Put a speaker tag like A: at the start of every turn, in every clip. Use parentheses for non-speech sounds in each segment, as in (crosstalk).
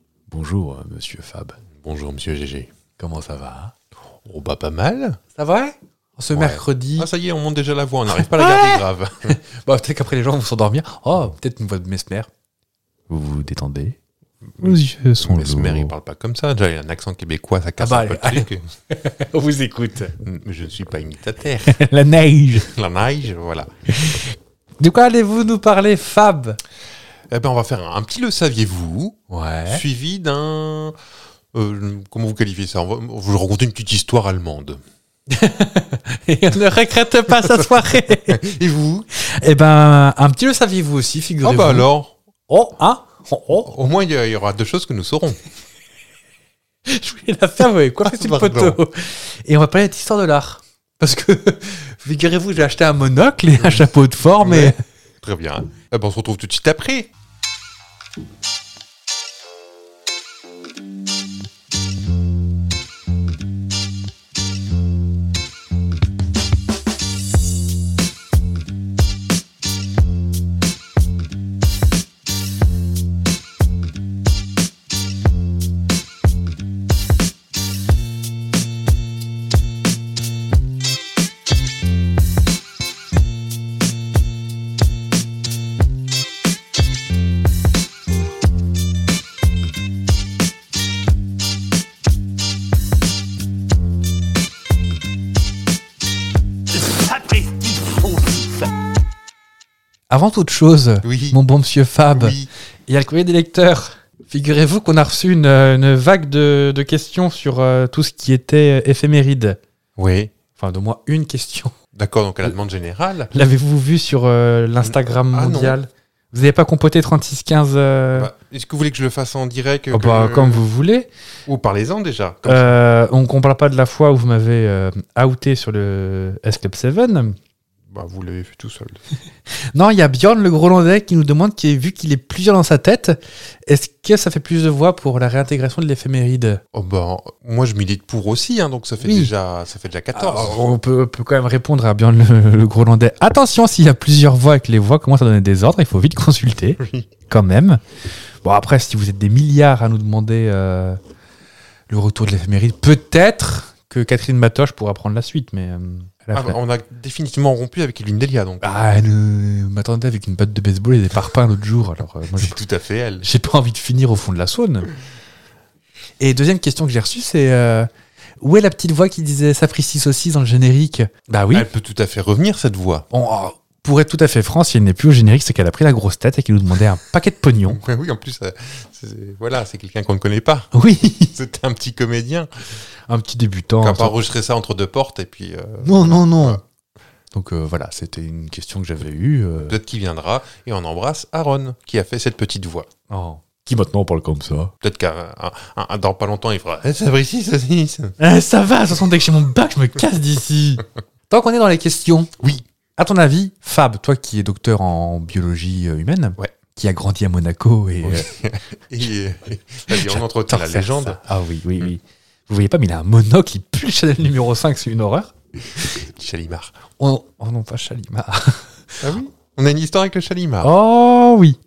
A: euh,
B: Bonjour, monsieur Fab.
C: Bonjour Monsieur GG, comment ça va Oh bah pas mal.
A: Ça va hein Ce
C: Ouais.
A: mercredi.
C: Ah ça y est, on monte déjà la voix, on n'arrive pas à la garder grave. (laughs)
A: Bah, peut-être qu'après les gens vont s'endormir. Oh, peut-être une voix de Mesmer.
B: Vous vous détendez Vos yeux sont
C: Mesmer il
B: lourds.
C: parle pas comme ça, déjà il a un accent québécois, ça casse
A: Ah bah,
C: un peu
A: allez,
C: le truc.
A: On vous écoute.
C: Mm, (laughs) Je ne suis pas imitateur.
B: (laughs) La neige
C: (laughs) la neige, voilà.
A: De quoi allez-vous nous parler, Fab
C: Eh ben on va faire un, un petit le saviez-vous,
A: Ouais.
C: suivi d'un... euh, comment vous qualifiez ça On va on va vous raconter une petite histoire allemande.
A: (laughs) Et on ne regrette pas sa (laughs) soirée.
C: Et vous
A: Eh ben, un petit le saviez-vous aussi,
C: Ah
A: figurez-vous.
C: bah alors,
A: Oh, hein Oh, oh.
C: au moins il y, a- il y aura deux choses que nous (laughs) saurons. (laughs)
A: Je voulais la faire, mais quoi
C: Ah,
A: que c'est le
C: pardon.
A: poteau Et on va parler de l'histoire de l'art. Parce que, (laughs) figurez-vous, j'ai acheté un monocle et un chapeau de forme et...
C: Ouais. Très bien. Eh ben on se retrouve tout de suite après.
A: Avant toute chose,
C: Oui.
A: mon bon monsieur Fab,
C: oui.
A: Il y a le courrier des lecteurs. Figurez-vous qu'on a reçu une, une vague de, de questions sur euh, tout ce qui était euh, éphéméride.
C: Oui.
A: Enfin, de moins une question. (laughs)
C: D'accord, donc à la demande générale.
A: L'avez-vous vu sur euh, l'Instagram
C: Ah, non.
A: mondial Vous n'avez pas compoté 3615 euh,
C: Bah, euh, Est-ce que vous voulez que je le fasse en direct
A: oh,
C: que-
A: bah, Comme vous voulez.
C: Ou parlez-en déjà. Comme-
A: Euh, on ne parle pas de la fois où vous m'avez euh, outé sur le S-Club 7.
C: Bah, vous l'avez fait tout seul.
A: Non, il y a Bjorn le Grolandais qui nous demande qui, vu qu'il est plusieurs dans sa tête, est-ce que ça fait plus de voix pour la réintégration de l'éphéméride
C: Oh, bah, moi, je milite pour aussi, hein, donc ça fait,
A: Oui.
C: déjà, ça fait déjà 14.
A: Alors, Ah, on peut, peut quand même répondre à Björn le, le Groenlandais. Attention, s'il y a plusieurs voix et que les voix commencent à donner des ordres, il faut vite consulter,
C: Oui.
A: quand même. Bon, après, si vous êtes des milliards à nous demander euh, le retour de l'éphéméride, peut-être que Catherine Matoche pourra prendre la suite, mais euh, elle a
C: Ah,
A: fait-
C: bah, on a définitivement rompu avec une Delia, donc.
A: Ah, elle euh, m'attendait avec une batte de baseball et des parpaings l'autre jour, alors euh, moi, j'ai
C: c'est tout à fait elle.
A: (laughs) j'ai pas envie de finir au fond de la Saône. Et deuxième question que j'ai reçue, c'est euh, où est la petite voix qui disait Sapristi saucisse dans le générique Bah oui,
C: Elle peut tout à fait revenir, cette voix. (laughs)
A: on- oh, pour être tout à fait franc, si elle n'est plus au générique, c'est qu'elle a pris la grosse tête et qu'elle nous demandait un paquet de
C: (laughs)
A: pognon.
C: Ouais, oui, en plus, euh, c'est- voilà, c'est quelqu'un qu'on ne connaît pas.
A: Oui,
C: C'était un petit comédien.
A: un petit
C: On
A: débutant.
C: n'a pas enregistré ça entre deux portes, et puis euh,
A: Non, non, non. Donc euh, voilà, c'était une question que j'avais eue. euh,
C: peut-être qu'il viendra. Et on embrasse Aaron, qui a fait cette petite voix.
A: oh.
B: Qui maintenant parle comme ça
C: Peut-être qu'à un- un- dans pas longtemps, il fera Eh, Fabrice, saucisse
A: Eh, ça va, ce sont dès que j'ai mon bac, je me casse d'ici. Tant qu'on est dans les questions.
C: Oui.
A: À ton avis, Fab, toi qui es docteur en biologie euh, humaine,
C: Ouais.
A: qui a grandi à Monaco et
C: Oui.
A: (laughs) euh,
C: Et, euh, et on entretient la
A: J'adore faire
C: légende.
A: ça. Ah oui, oui, oui. Vous voyez pas, mais il a un monocle, il pue le Chanel numéro 5, c'est une horreur.
C: Petit Chalimar.
A: Oh, oh non, pas Chalimard.
C: Ah oui On a une histoire avec le Chalimar.
A: Oh oui.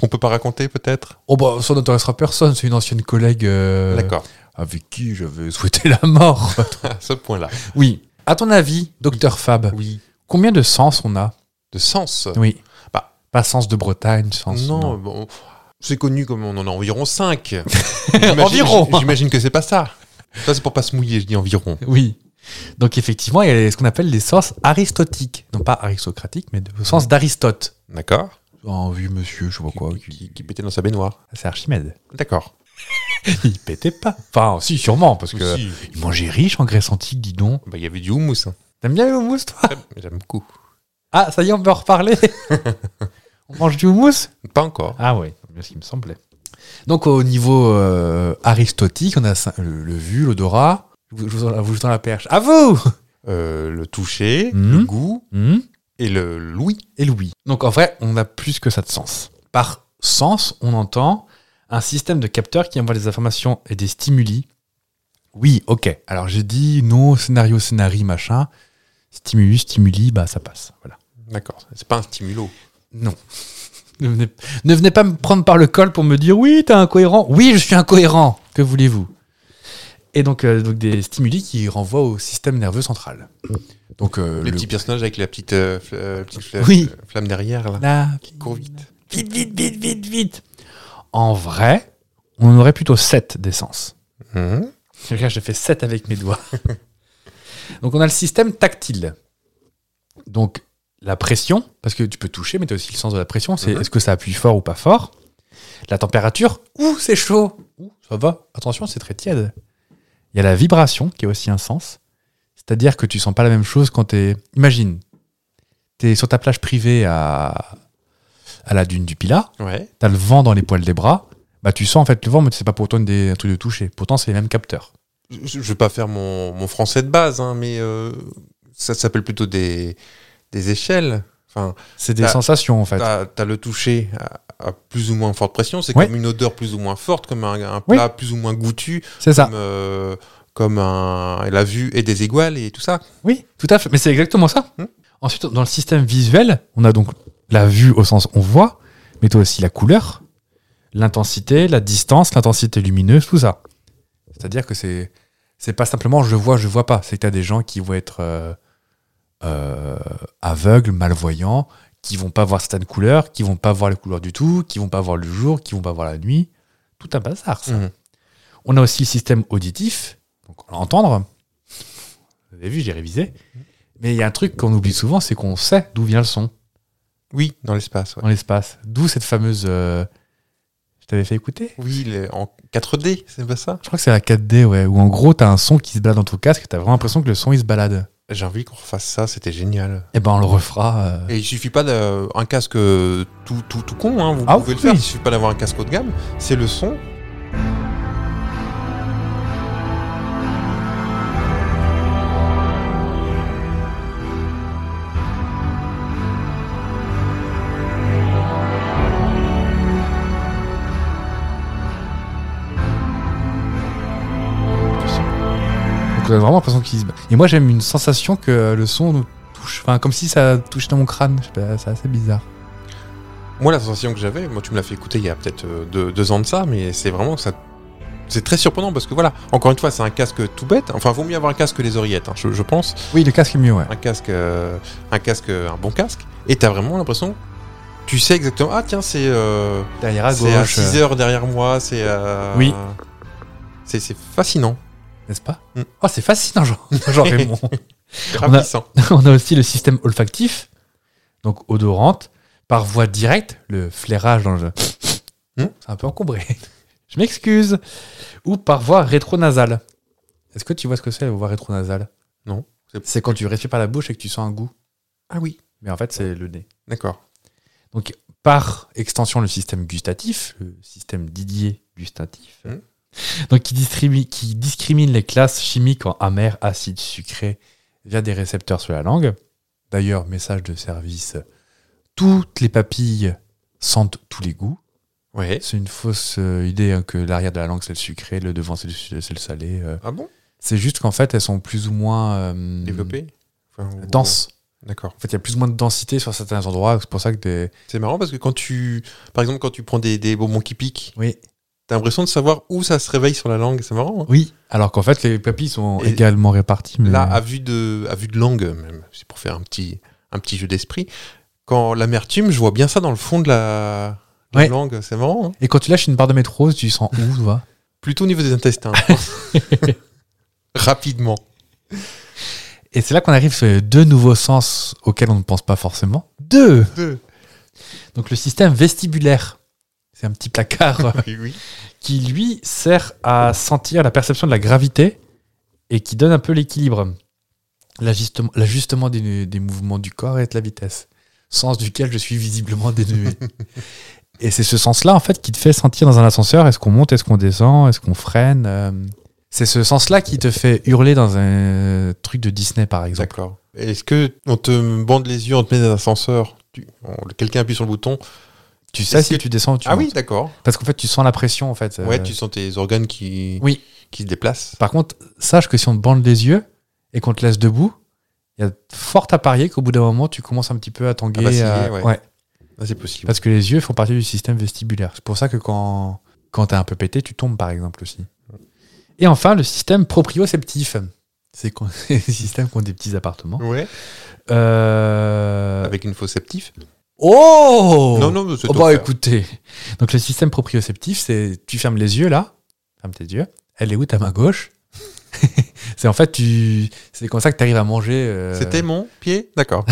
C: Qu'on peut pas raconter peut-être
A: Oh bah, ça n'intéressera personne, c'est une ancienne collègue euh,
C: D'accord.
A: avec qui j'avais souhaité la mort.
C: (laughs) À ce point-là.
A: (laughs) oui. À ton avis, docteur Fab,
C: Oui.
A: combien de sens on a
C: De sens.
A: Oui.
C: Bah.
A: Pas sens de Bretagne, sens.
C: non, bon, c'est connu comme on en a
A: (laughs)
C: environ 5. environ
A: Environ.
C: J'imagine que c'est pas ça. Ça, c'est pour pas se mouiller, je dis environ.
A: Oui. Donc effectivement, il y a ce qu'on appelle les sens aristotiques. Non pas aristocratiques, mais au sens d'Aristote.
C: D'accord
A: En vue Ah monsieur, je sais pas quoi.
C: qui, qui- qui pétait dans sa baignoire.
A: Ah, C'est Archimède. (laughs)
C: D'accord.
A: Il pétait pas. Enfin, si, sûrement, parce que
C: Si.
A: il mangeait riche en Grèce antique, dis donc.
C: Bah, Il y avait du houmous. hein.
A: T'aimes bien le houmous, toi
C: J'aime beaucoup.
A: Ah, ça y est, on peut en (laughs) reparler. on mange du houmous
C: Pas encore.
A: Ah oui, c'est bien ce qui me semblait. Donc, au niveau euh, aristotique, on a cin- le, le vu, l'odorat. Je vous- je vous en- vous jetons la perche. À vous
C: Euh, le toucher,
A: Mhm.
C: le goût et le louis.
A: Et l'ouïe. Donc, en vrai, on a plus que ça de sens. Par sens, on entend un système de capteurs qui envoie des informations et des stimuli. Oui, ok. Alors, j'ai dit non, scénario, scénario, machin. Stimulus, stimuli, bah, ça passe. Voilà.
C: D'accord. C'est pas un stimulo.
A: Non. Ne venez, ne venez pas me prendre par le col pour me dire oui, t'es incohérent. Oui, je suis incohérent. Que voulez-vous Et donc, euh, donc des stimuli qui renvoient au système nerveux central.
C: Mmh.
A: Donc euh,
C: Les
A: le-
C: petits personnages avec la petite, euh, fl- euh, petite fla-
A: Oui.
C: euh, flamme derrière, là.
A: Là,
C: Qui court vite.
A: vite, vite, vite, vite, vite. En vrai, on en aurait plutôt 7 d'essence. Mmh.
C: Mhm.
A: Regarde, j'ai fait 7 avec mes doigts. (laughs) Donc on a le système tactile. Donc la pression, parce que tu peux toucher, mais tu as aussi le sens de la pression, c'est
C: Mhm.
A: est-ce que ça appuie fort ou pas fort. La température, ouh, c'est chaud, ouh, ça va, attention, c'est très tiède. Il y a la vibration qui est aussi un sens. C'est-à-dire que tu sens pas la même chose quand tu es... Imagine, tu es sur ta plage privée à, à la dune du Pilat,
C: Ouais.
A: t'as le vent dans les poils des bras, bah tu sens en fait le vent, mais c'est pas pour toi une des- un truc de toucher. Pourtant, c'est les mêmes capteurs.
C: Je ne vais pas faire mon, mon français de base, hein, mais euh, ça s'appelle plutôt des, des échelles. Enfin,
A: C'est des
C: T'as-
A: sensations en fait.
C: t'as as le toucher à, à plus ou moins forte pression, c'est
A: Ouais.
C: comme une odeur plus ou moins forte, comme un, un
A: Oui.
C: plat plus ou moins goûtu,
A: C'est ça.
C: comme, euh, comme un, la vue et des iguales et tout ça.
A: Oui, tout à fait. Mais c'est exactement ça.
C: Hmm.
A: Ensuite, dans le système visuel, on a donc la vue au sens on voit, mais tu as aussi la couleur, l'intensité, la distance, l'intensité lumineuse, tout ça. C'est-à-dire que c'est c'est pas simplement je vois, je vois pas. C'est que tu as des gens qui vont être euh, euh, aveugles, malvoyants, qui vont pas voir certaines couleurs, qui vont pas voir les couleurs du tout, qui vont pas voir le jour, qui vont pas voir la nuit. Tout un bazar, ça.
C: Mhm.
A: On a aussi le système auditif, donc entendre. Vous avez vu, j'ai révisé. Mais il y a un truc qu'on oublie souvent, c'est qu'on sait d'où vient le son
C: Oui, dans l'espace. ouais.
A: dans l'espace. D'où cette fameuse. euh, Je t'avais fait écouter
C: Oui, les- en 4D, c'est pas ça
A: Je crois que c'est la 4D, ouais. Où en gros, t'as un son qui se balade dans ton casque, t'as vraiment l'impression que le son il se balade.
C: J'ai envie qu'on refasse ça, c'était génial.
A: Eh ben, on le refera. euh.
C: Et il suffit pas d'un casque euh, tout, tout, tout con, hein, vous
A: Ah
C: pouvez le
A: oui.
C: faire, il suffit pas d'avoir un casque haut de gamme, c'est le son.
A: Donc, on a vraiment l'impression qu'il se balade. Et moi, j'aime une sensation que le son nous touche. Enfin, comme si ça touchait dans mon crâne. Je sais pas, c'est assez bizarre.
C: Moi, la sensation que j'avais, moi, tu me l'as fait écouter il y a peut-être euh, deux, deux ans de ça, mais c'est vraiment que ça. C'est très surprenant parce que voilà, encore une fois, c'est un casque tout bête. Enfin, vaut mieux avoir un casque que les oreillettes, hein, je, je pense.
A: Oui, le casque est mieux, ouais.
C: Un casque, euh, un casque, euh, un bon casque. Et t'as vraiment l'impression, tu sais exactement. Ah tiens, c'est euh,
A: Derrière à
C: c'est à
A: gauche,
C: 6 heures derrière moi. C'est euh,
A: Oui.
C: C'est c'est fascinant,
A: euh, n'est-ce pas
C: Mm.
A: Oh, c'est fascinant, Jean,
C: (laughs)
A: Jean Raymond.
C: ravissant.
A: (laughs) on a aussi le système olfactif, donc odorante, par voie directe, le flairage dans le.
C: Hmm
A: (laughs) C'est un peu encombré. Je m'excuse. Ou par voie rétronasale. Est-ce que tu vois ce que c'est la voie rétronasale
C: Non. C'est-
A: C'est quand tu respires par la bouche et que tu sens un goût.
C: Ah oui,
A: Mais en fait, c'est le nez.
C: d'accord.
A: Donc, par extension, le système gustatif, le système Didier gustatif,
C: Mhm.
A: donc qui, distribue- qui discrimine les classes chimiques en amer, acide, sucré via des récepteurs sur la langue. D'ailleurs, message de service, toutes les papilles sentent tous les goûts.
C: Ouais.
A: C'est une fausse euh, idée hein, que l'arrière de la langue c'est le sucré, le devant c'est le, su- c'est le salé. euh.
C: Ah bon
A: C'est juste qu'en fait, elles sont plus ou moins euh,
C: Développé. Enfin, ou-
A: denses.
C: D'accord.
A: En fait, il y a plus ou moins de densité sur certains endroits. C'est pour ça que des.
C: C'est marrant parce que quand tu, par exemple, quand tu prends des, des bonbons qui piquent.
A: Oui,
C: T'as l'impression de savoir où ça se réveille sur la langue, c'est marrant. hein.
A: Oui, alors qu'en fait, les papilles sont
C: Et
A: également réparties. Mais...
C: Là, à vue de, à vue de langue, même, c'est pour faire un petit, un petit jeu d'esprit. Quand l'amertume, je vois bien ça dans le fond de la, de la
A: Ouais.
C: langue, c'est marrant. hein.
A: Et quand tu lâches une barre de métro, tu sens où, tu vois
C: Plutôt au niveau des intestins. je pense. (laughs) Rapidement.
A: Et c'est là qu'on arrive sur les deux nouveaux sens auxquels on ne pense pas forcément. Deux
C: Deux.
A: Donc le système vestibulaire, c'est un petit placard
C: (laughs)
A: euh,
C: Oui, oui.
A: qui, lui, sert à sentir la perception de la gravité et qui donne un peu l'équilibre. L'ajustement l'ajustement des, des mouvements du corps et de la vitesse, sens duquel je suis visiblement
C: (laughs)
A: dénué. et c'est ce sens-là, en fait, qui te fait sentir dans un ascenseur est-ce qu'on monte, est-ce qu'on descend, est-ce qu'on freine euh, C'est ce sens-là qui te fait hurler dans un truc de Disney, par exemple.
C: D'accord. Est-ce que on te bande les yeux, on te met dans un ascenseur, tu- on- quelqu'un appuie sur le bouton.
A: Tu sais
C: Est-ce
A: si
C: que-
A: tu descends ou tu
C: ah
A: montes.
C: oui, d'accord.
A: Parce qu'en fait, tu sens la pression, en fait.
C: Ouais,
A: Euh,
C: tu sens tes organes qui,
A: Oui.
C: qui se déplacent.
A: Par contre, sache que si on te bande les yeux et qu'on te laisse debout, il y a fort à parier qu'au bout d'un moment, tu commences un petit peu à tanguer.
C: vaciller,
A: à-
C: ouais. Ah, c'est possible.
A: Parce que les yeux font partie du système vestibulaire. C'est pour ça que quand, quand t'es un peu pété, tu tombes par exemple aussi. Et enfin, le système proprioceptif. C'est quand- (laughs) les systèmes qui ont des petits appartements.
C: Ouais.
A: Euh,
C: Avec une fausse septif.
A: Oh
C: Non, non, mais c'est
A: Oh
C: au
A: bah
C: fait.
A: écoutez, donc le système proprioceptif, c'est tu fermes les yeux là, ferme tes yeux, elle est où ta main gauche (laughs) C'est en fait, tu, c'est comme ça que tu arrives à manger. euh,
C: C'était mon pied
A: (laughs)
C: D'accord.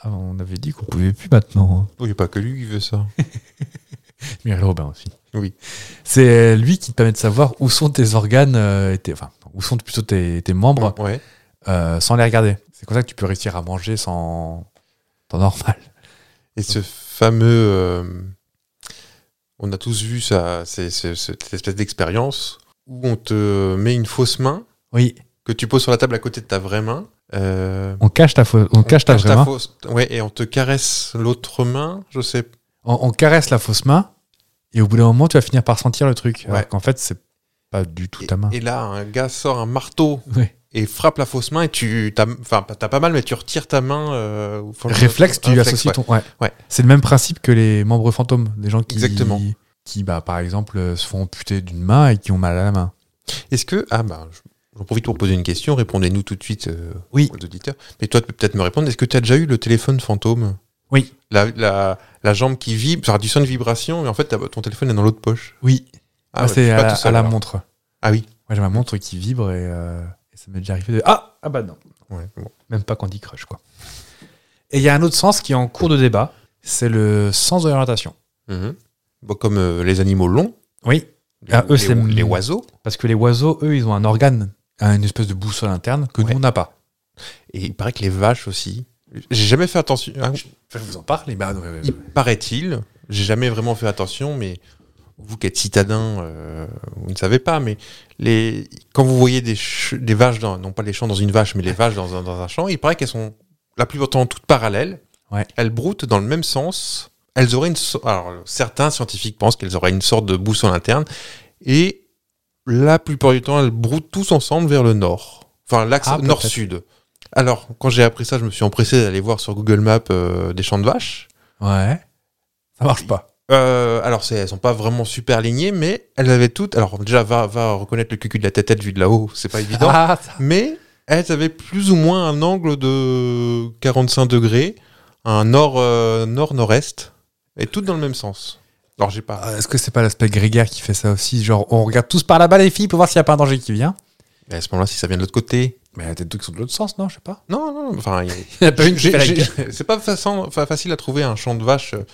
A: Ah, on avait dit qu'on pouvait plus maintenant.
C: Il n'y a pas que lui qui
A: (laughs)
C: veut ça.
A: hein. Muriel Robin aussi.
C: Oui.
A: C'est euh, lui qui te permet de savoir où sont tes organes, euh, et tes- enfin, où sont plutôt tes, tes membres
C: Ouais.
A: euh, sans les regarder. C'est comme ça que tu peux réussir à manger sans. temps normal.
C: Et ce fameux. euh, on a tous vu ça, c'est, c'est- c'est- cette espèce d'expérience où on te met une fausse main
A: Oui,
C: que tu poses sur la table à côté de ta vraie main. euh,
A: on cache ta, fausse- on cache ta
C: cache
A: vraie main.
C: fausse- Ouais, et on te caresse l'autre main, je sais.
A: on, on caresse la fausse main et au bout d'un moment tu vas finir par sentir le truc
C: Ouais.
A: alors qu'en fait c'est pas du tout
C: Et,
A: ta main
C: et là, un gars sort un marteau
A: Ouais.
C: et frappe la fausse main et tu. t'as- Enfin, pas- t'as pas mal, mais tu retires ta main. euh, au fond de-
A: réflexe tu
C: Réflexe,
A: associes
C: ouais.
A: ton ouais.
C: Ouais.
A: c'est le même principe que les membres fantômes des gens qui
C: Exactement.
A: qui bah par exemple euh, se font amputer d'une main et qui ont mal à la main
C: Est-ce que. Ah, bah, je- j'en profite pour poser une question. Répondez-nous tout de suite euh,
A: Oui.
C: aux auditeurs. Mais toi, tu peux peut-être me répondre. Est-ce que tu as déjà eu le téléphone fantôme
A: Oui.
C: La, la, la jambe qui vibre, ça a du son de vibration, mais en fait, t'as- ton téléphone est dans l'autre poche.
A: oui
C: Ah ouais, je
A: Ah, c'est
C: suis
A: à,
C: pas
A: la-
C: tout seul,
A: à la
C: alors.
A: montre
C: Ah oui.
A: ouais, j'ai ma montre qui vibre et, euh, et ça m'est déjà arrivé de ah ah bah non
C: Ouais, bon.
A: même pas Candy Crush quoi et il y a un autre sens qui est en cours de débat c'est le sens de l'orientation
C: Mhm. Bon, comme euh, les animaux longs,
A: oui
C: les,
A: Ah, eux,
C: les-
A: c'est-
C: les oiseaux.
A: Parce que les oiseaux, eux, ils ont un organe, une espèce de boussole interne que
C: Ouais.
A: nous, on n'a pas.
C: Et il paraît que les vaches aussi. J'ai jamais fait attention. hein.
A: Je vous en parle,
C: Il paraît-il, j'ai jamais vraiment fait attention, mais vous qui êtes citadin, euh, vous ne savez pas, mais les, quand vous voyez des, ch- des vaches, dans, non pas les champs dans une vache, mais les vaches dans un, dans un champ, il paraît qu'elles sont la plupart du temps toutes parallèles.
A: Ouais.
C: Elles broutent dans le même sens. Elles auraient une so- alors certains scientifiques pensent qu'elles auraient une sorte de boussole interne et la plupart du temps elles broutent tous ensemble vers le nord, enfin l'axe
A: Ah, peut-être.
C: nord-sud. Alors quand j'ai appris ça, je me suis empressé d'aller voir sur Google Maps euh, des champs de vaches.
A: Ouais. Ça marche pas.
C: Euh, alors, c'est- elles sont pas vraiment super lignées, mais elles avaient toutes. Alors, déjà, va, va reconnaître le cucu de la tête vue de là-haut, c'est pas évident.
A: Ah, ça-
C: Mais elles avaient plus ou moins un angle de 45 degrés, un nord, euh, nord-nord-est, et toutes dans le même sens. Alors, j'ai pas.
A: Ah, Est-ce que c'est pas l'aspect grégaire qui fait ça aussi Genre, on regarde tous par là-bas, les filles, pour voir s'il n'y a pas un danger qui vient.
C: Mais à ce moment-là, si ça vient de l'autre côté.
A: Mais il y a des trucs qui sont de l'autre sens, non Je sais pas.
C: Non, non, non, enfin. il y a-
A: Il n'y a pas
C: (laughs) j'ai- j'ai- C'est pas façon- enfin, facile à trouver un champ de vache, euh,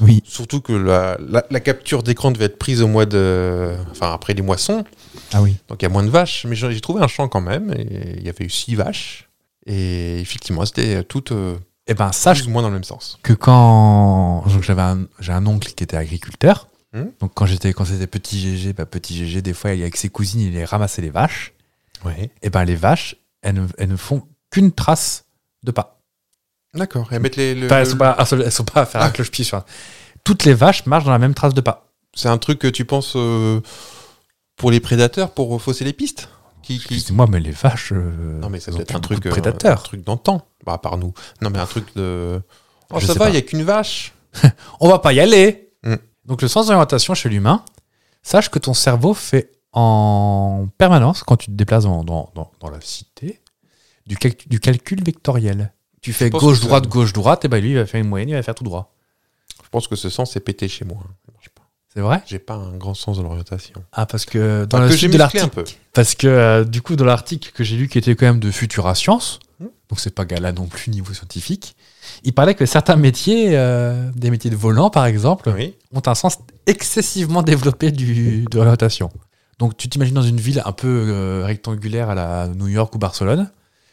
A: Oui.
C: surtout que la, la- la capture d'écran devait être prise au mois de. Enfin, après les moissons.
A: Ah oui.
C: Donc il y a moins de vaches, mais j'en- j'ai trouvé un champ quand même, et il y avait eu six vaches. Et effectivement, c'était toutes euh,
A: Eh ben,
C: plus
A: sache
C: ou moins dans le même sens.
A: que quand. donc, j'avais un... J'ai un oncle qui était agriculteur.
C: Hmm.
A: Donc, quand j'étais quand c'était petit GG, bah, petit GG, des fois, il avec ses cousines, il les ramassait les vaches.
C: Ouais.
A: Et ben, les vaches, elles ne, elles ne font qu'une trace de pas.
C: D'accord. Et mettre les. le-
A: Enfin, elles
C: le-
A: sont pas, elles sont- elles sont pas à
C: Ah.
A: faire un cloche-pied sur un- Toutes les vaches marchent dans la même trace de pas.
C: C'est un truc que tu penses euh, pour les prédateurs, pour fausser les pistes qui, qui-
A: Excusez-moi, mais les vaches. euh,
C: Non, mais ça
A: elles
C: doit
A: ont
C: être
A: plus
C: un
A: beaucoup
C: truc.
A: de
C: euh,
A: prédateurs.
C: Un truc d'antan, bah, à part nous. Non, mais un truc de. Oh,
A: Je
C: ça
A: sais
C: va,
A: pas.
C: il n'y a qu'une vache.
A: On va pas y aller
C: Hmm.
A: Donc, le sens d'orientation chez l'humain, sache que ton cerveau fait en permanence, quand tu te déplaces dans, dans- dans- dans la cité, du, calc- du calcul vectoriel. Tu fais
C: pense
A: gauche,
C: que ça-
A: droite, gauche, droite, et ben lui, il va faire une moyenne, il va faire tout droit.
C: Je pense que ce sens est pété chez moi. hein. Ça marche pas.
A: C'est vrai
C: J'ai pas un grand sens de l'orientation.
A: Ah, parce que dans
C: Enfin,
A: le
C: que j'ai
A: sud de
C: musclé
A: l'article.
C: un peu.
A: Parce que euh, du coup, dans l'article que j'ai lu qui était quand même de Futura Science,
C: Hmm.
A: donc c'est pas gala non plus niveau scientifique, il parlait que certains métiers, euh, des métiers de volant par exemple,
C: Oui.
A: ont un sens excessivement développé du, de l'orientation. Donc tu t'imagines dans une ville un peu euh, rectangulaire à la New York ou Barcelone,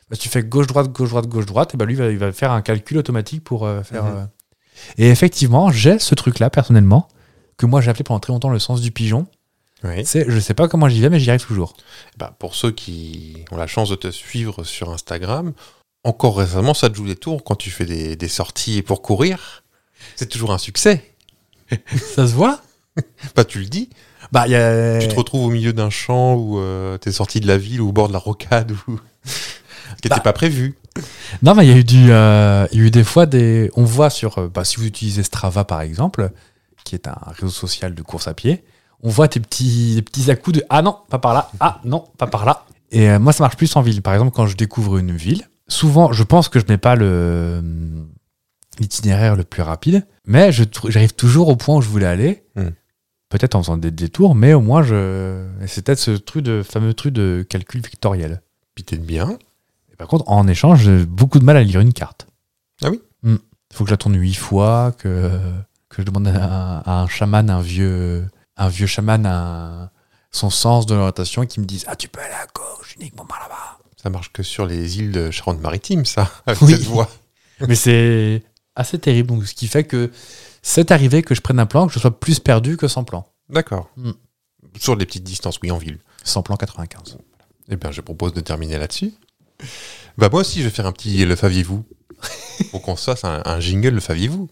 A: bah, tu fais gauche, droite, gauche, droite, gauche, droite, et bah, lui va- il va faire un calcul automatique pour euh, faire.
C: Mhm.
A: euh, Et effectivement, j'ai ce truc-là personnellement, que moi j'ai appelé pendant très longtemps le sens du pigeon.
C: Oui.
A: C'est je sais pas comment j'y vais, mais j'y arrive toujours.
C: Bah, pour ceux qui ont la chance de te suivre sur Instagram, encore récemment, ça te joue des tours quand tu fais des, des sorties pour courir. C'est toujours un succès.
A: Ça se voit
C: Bah, tu le dis.
A: Bah, il y a...
C: Tu te retrouves au milieu d'un champ ou euh, t'es sorti de la ville ou au bord de la rocade ou (laughs) qui n'était
A: Bah.
C: pas prévu.
A: Non, mais il y a eu du, euh, il y a eu des fois des, on voit sur, euh, bah, si vous utilisez Strava par exemple, qui est un réseau social de course à pied, on voit tes petits, des petits à-coups de ah non, pas par là, ah non, pas par là. Et euh, moi, ça marche plus en ville. Par exemple, quand je découvre une ville, souvent, je pense que je mets pas le hum, l'itinéraire le plus rapide, mais je tr- j'arrive toujours au point où je voulais aller.
C: Hmm.
A: Peut-être en faisant des détours, mais au moins je. et C'est peut-être ce truc de fameux truc de calcul vectoriel.
C: Puis t'es bien.
A: Et par contre, en échange, j'ai beaucoup de mal à lire une carte.
C: Ah oui
A: Il faut que je la tourne huit fois, que, que je demande à, à un chaman, un vieux, un vieux chaman, un- son sens de l'orientation, qui me dise Ah, tu peux aller à gauche, uniquement par là-bas.
C: Ça marche que sur les îles de Charente-Maritime, ça. (laughs) Avec
A: Oui.
C: cette voie.
A: (laughs) Mais c'est assez terrible. Donc, ce qui fait que c'est arrivé que je prenne un plan, que je sois plus perdu que sans plan.
C: D'accord.
A: Hmm.
C: Sur des petites distances, oui, en ville.
A: Sans plan 95.
C: Eh bien, je propose de terminer là-dessus. Bah, moi aussi, je vais faire un petit
A: (laughs)
C: Le Faviez-vous Pour qu'on se fasse un, un jingle Le Faviez-vous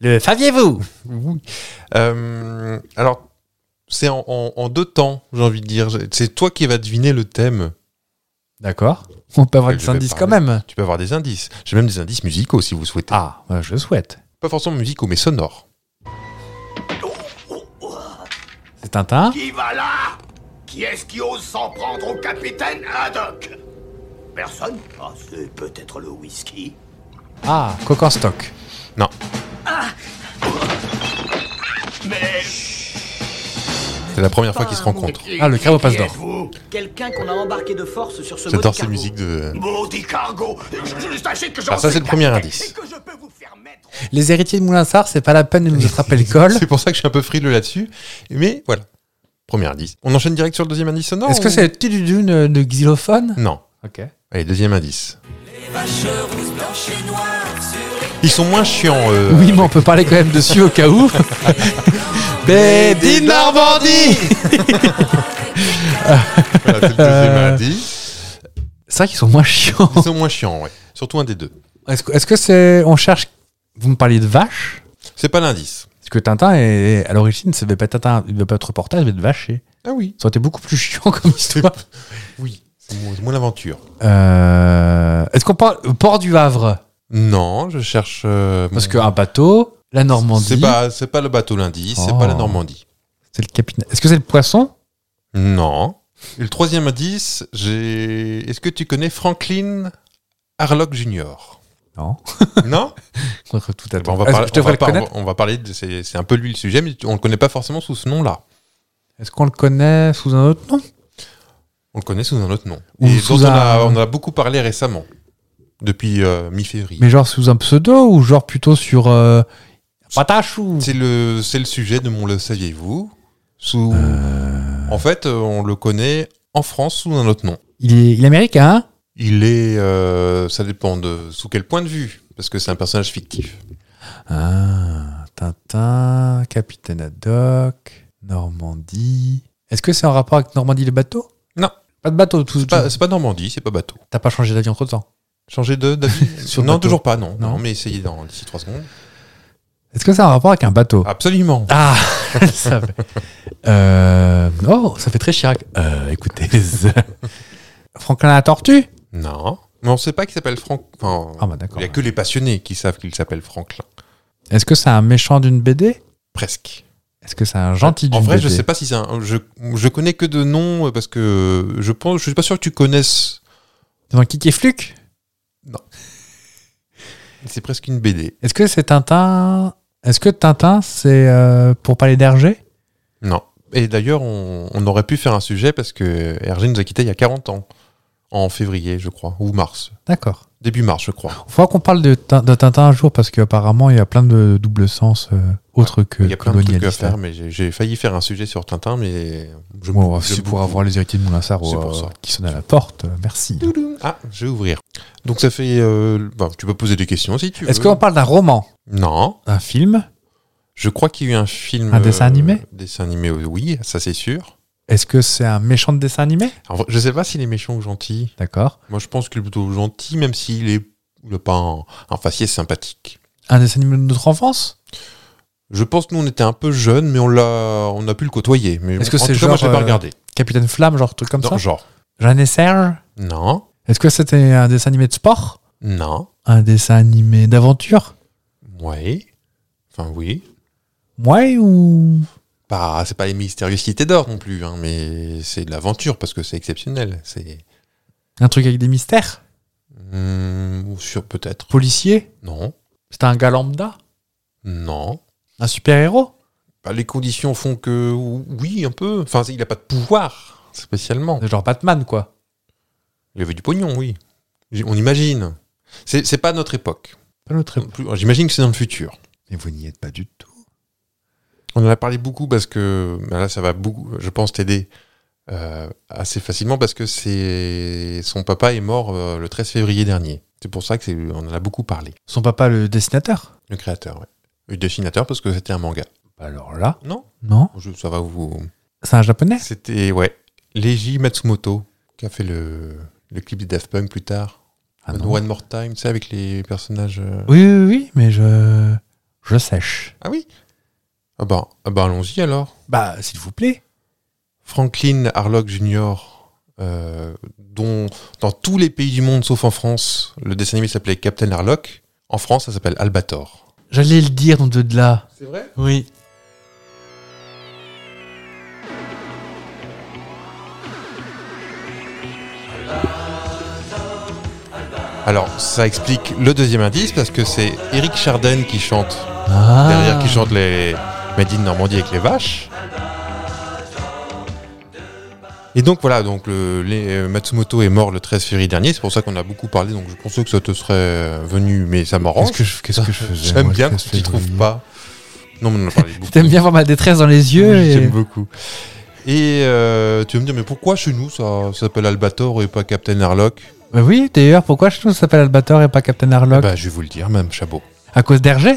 A: Le (laughs) saviez-vous
C: Oui. Euh, alors, c'est en, en- en deux temps, j'ai envie de dire. C'est toi qui vas deviner le thème.
A: D'accord. On peut avoir
C: Je
A: des
C: vais
A: indices quand
C: parler.
A: même.
C: Tu peux avoir des indices. J'ai même des indices musicaux si vous souhaitez.
A: Ah, bah, je le souhaite.
C: Pas forcément musicaux, mais sonores.
A: C'est Tintin
D: Qui va là Qui est-ce qui ose s'en prendre au capitaine Haddock Personne Ah, c'est peut-être le whisky.
A: Ah, Coq en stock.
C: Non.
D: Mais
C: C'est la première fois qu'ils se rencontrent.
A: Ah, le crabe au passe
D: qui
A: d'or.
D: êtes-vous
E: Quelqu'un qu'on a embarqué de force sur ce
C: J'adore
E: bateau
C: ces musiques de.
D: Maudit cargo Je, je- sachez que j'en
C: Alors ça,
D: suis
C: c'est le premier
D: capitaine
C: indice.
D: et que je peux vous faire mettre en-
A: Les héritiers de Moulinsart, c'est pas la peine de nous
C: (laughs)
A: attraper le col.
C: C'est pour ça que je suis un peu frileux là-dessus. Mais voilà. Premier indice. On enchaîne direct sur le deuxième indice sonore
A: Est-ce que
C: ou-
A: c'est le petit dudun de, de xylophone Euh,
C: Non.
A: Ok.
C: Allez, deuxième indice. Ils sont moins chiants. euh,
A: Oui, mais on peut parler quand même dessus au cas
C: (laughs)
A: où. Bédine Normandie
C: (laughs) voilà, c'est le deuxième
A: Euh.
C: indice.
A: C'est vrai qu'ils sont moins chiants.
C: Ils sont moins chiants, ouais. Surtout un des deux.
A: Est-ce que est-ce que c'est. on cherche. Vous me parliez de vache
C: C'est pas l'indice.
A: Parce que Tintin, est, à l'origine, ça devait pas être Tintin, il devait pas être reportage, mais de vacher.
C: Ah oui.
A: Ça aurait été beaucoup plus chiant (laughs) comme histoire.
C: Oui. C'est mon, c'est mon aventure.
A: Euh, Est-ce qu'on parle. Port du Havre
C: Non, je cherche. euh,
A: Parce
C: mon-
A: qu'un bateau, la Normandie.
C: C'est pas, c'est pas le bateau l'indice, c'est
A: Oh.
C: pas la Normandie.
A: C'est le capitaine. Est-ce que c'est le poisson
C: Non. Et le troisième indice, j'ai. Est-ce que tu connais Franklin Harlock Jr.
A: Non. (laughs)
C: Non
A: Contre tout à
C: Eh ben, (laughs) on, va
A: Est-ce que Ah,
C: parler-
A: je
C: on,
A: devrais
C: va
A: le
C: par-
A: connaître
C: on va parler de. C'est c'est un peu lui le sujet, mais on le connaît pas forcément sous ce nom-là.
A: Est-ce qu'on le connaît sous un autre nom
C: On le connaît sous un autre nom.
A: Ou
C: et
A: sous
C: dont on, a,
A: un-
C: on en a beaucoup parlé récemment, depuis euh, mi-février.
A: Mais genre sous un pseudo ou genre plutôt sur euh, Patache ou
C: C'est le, c'est le sujet de mon Le saviez-vous sous... En fait, euh, on le connaît en France sous un autre nom.
A: il est, il est américain hein?
C: Il est. euh, ça dépend de sous quel point de vue, parce que c'est un personnage fictif.
A: Ah, Tintin, Capitaine Haddock, Normandie. Est-ce que c'est en rapport avec Normandie le bateau
C: Non.
A: Pas de bateau, tout.
C: C'est pas, c'est pas Normandie, c'est pas bateau.
A: T'as pas changé d'avis entre temps.
C: Changer de d'avis
A: (laughs) Sur
C: Non,
A: bateau.
C: toujours pas, non.
A: Non.
C: Non, mais essayez dans d'ici trois secondes.
A: Est-ce que c'est en rapport avec un bateau
C: Absolument.
A: (laughs) Ah, ça fait. Euh, oh, ça fait très Chirac. Euh, écoutez. (laughs) Franklin la tortue
C: Non. Mais on sait pas qu'il s'appelle Franck. Enfin,
A: Ah bah d'accord.
C: il y a que les passionnés qui savent qu'il s'appelle Franklin.
A: Est-ce que c'est un méchant d'une BD
C: Presque.
A: Est-ce que c'est un gentil d'une
C: En
A: BD
C: vrai, je sais pas si c'est un. Je, je connais que de noms euh, parce que je pense. Je suis pas sûr que tu connaisses.
A: Dans Kiki Fluke
C: C'est presque une BD.
A: Est-ce que c'est Tintin Est-ce que Tintin, c'est euh, pour parler d'Hergé
C: Non. Et d'ailleurs, on, on aurait pu faire un sujet parce que Hergé nous a quittés il y a 40 ans. En février, je crois. Ou mars.
A: D'accord.
C: Début mars, je crois.
A: Il faudra qu'on parle de, Tin- de Tintin un jour parce qu'apparemment, il y a plein de double sens euh, autres que
C: Ah, Il y a plein de trucs à
A: colonialiste. hein.
C: faire, mais j'ai- j'ai failli faire un sujet sur Tintin, mais. Je
A: Bon,
C: je-
A: c'est pour avoir les héritiers de Moulinsart
C: C'est
A: euh,
C: pour ça.
A: qui sonnent à la porte. euh, Merci.
C: Ah, je vais ouvrir. Donc ça fait. euh, bah, tu peux poser des questions si tu veux.
A: Est-ce qu'on parle d'un roman
C: Non.
A: Un film
C: Je crois qu'il y a eu un film. euh,
A: Un dessin animé
C: Dessin animé, oui, ça c'est sûr.
A: Est-ce que c'est un méchant de dessin animé
C: Alors, je sais pas s'il est méchant ou gentil.
A: D'accord.
C: Moi, je pense qu'il est plutôt gentil, même s'il est il a pas un, un faciès sympathique.
A: Un dessin animé de notre enfance
C: Je pense que nous, on était un peu jeunes, mais on l'a, on a pu le côtoyer. Mais
A: Est-ce que
C: en
A: c'est
C: tout cas, moi, je l'ai
A: genre,
C: pas
A: euh,
C: regardé.
A: Capitaine Flamme, genre truc comme
C: Non,
A: ça
C: genre.
A: Jeanne et Serge
C: Non.
A: Est-ce que c'était un dessin animé de sport
C: Non.
A: Un dessin animé d'aventure
C: Ouais. Enfin, oui.
A: Ouais ou.
C: Pas, c'est pas les mystérieuses cités d'or non plus, hein, mais c'est de l'aventure parce que c'est exceptionnel. C'est.
A: Un truc avec des mystères
C: Hmm, ou sur peut-être.
A: Policier
C: Non.
A: C'est un gars lambda
C: Non.
A: Un super-héros
C: Bah, les conditions font que oui, un peu. Enfin, il a pas de pouvoir spécialement.
A: Genre Batman, quoi.
C: Il avait du pognon, oui. J- On imagine. C'est c'est pas notre époque.
A: Pas notre
C: Non plus. J'imagine que c'est dans le futur.
B: Mais vous n'y êtes pas du tout.
C: On en a parlé beaucoup parce que ben là, ça va beaucoup, je pense, t'aider euh, assez facilement parce que c'est son papa est mort euh, le 13 février dernier. C'est pour ça que c'est- on en a beaucoup parlé.
A: Son papa, le dessinateur
C: Le créateur, ouais. Le dessinateur parce que c'était un manga.
A: Alors là.
C: Non,
A: Non.
C: je- ça va vous.
A: C'est un japonais
C: C'était ouais, Leiji Matsumoto qui a fait le, le clip des Daft Punk plus tard.
A: Ah
C: One-
A: non.
C: Euh, One More Time, tu sais, avec les personnages. euh,
A: Oui, oui, oui, mais je. Je sèche.
C: Ah oui Ah ben, ah ben allons-y alors.
A: Bah, s'il vous plaît.
C: Franklin Harlock Jr., euh, dont dans tous les pays du monde sauf en France, le dessin animé s'appelait Captain Harlock. En France, ça s'appelle Albator.
A: J'allais le dire dans de de là.
C: C'est vrai
A: Oui.
C: Alors, ça explique le deuxième indice parce que c'est Eric Charden qui chante,
A: Ah.
C: derrière qui chante les Made in Normandie avec les vaches. Et donc voilà, donc le, les- euh, Matsumoto est mort le 13 février dernier, c'est pour ça qu'on a beaucoup parlé, donc je pensais que ça te serait euh, venu, mais ça m'arrange.
B: Qu'est-ce que je, qu'est-ce que je faisais
C: J'aime
B: moi, le
C: bien quand
B: 13
C: tu ne trouves
B: février
C: pas. Non, mais on en a parlé beaucoup.
A: T'aimes bien voir ma détresse dans les yeux
C: Oui,
A: et-
C: J'aime beaucoup. Et euh, tu vas me dire, mais pourquoi chez nous ça, ça s'appelle Albator et pas Captain Harlock
A: Bah oui, d'ailleurs, pourquoi je trouve ça s'appelle Albator et pas Captain Harlock
C: Bah, je vais vous le dire, même Chabot.
A: À cause d'Hergé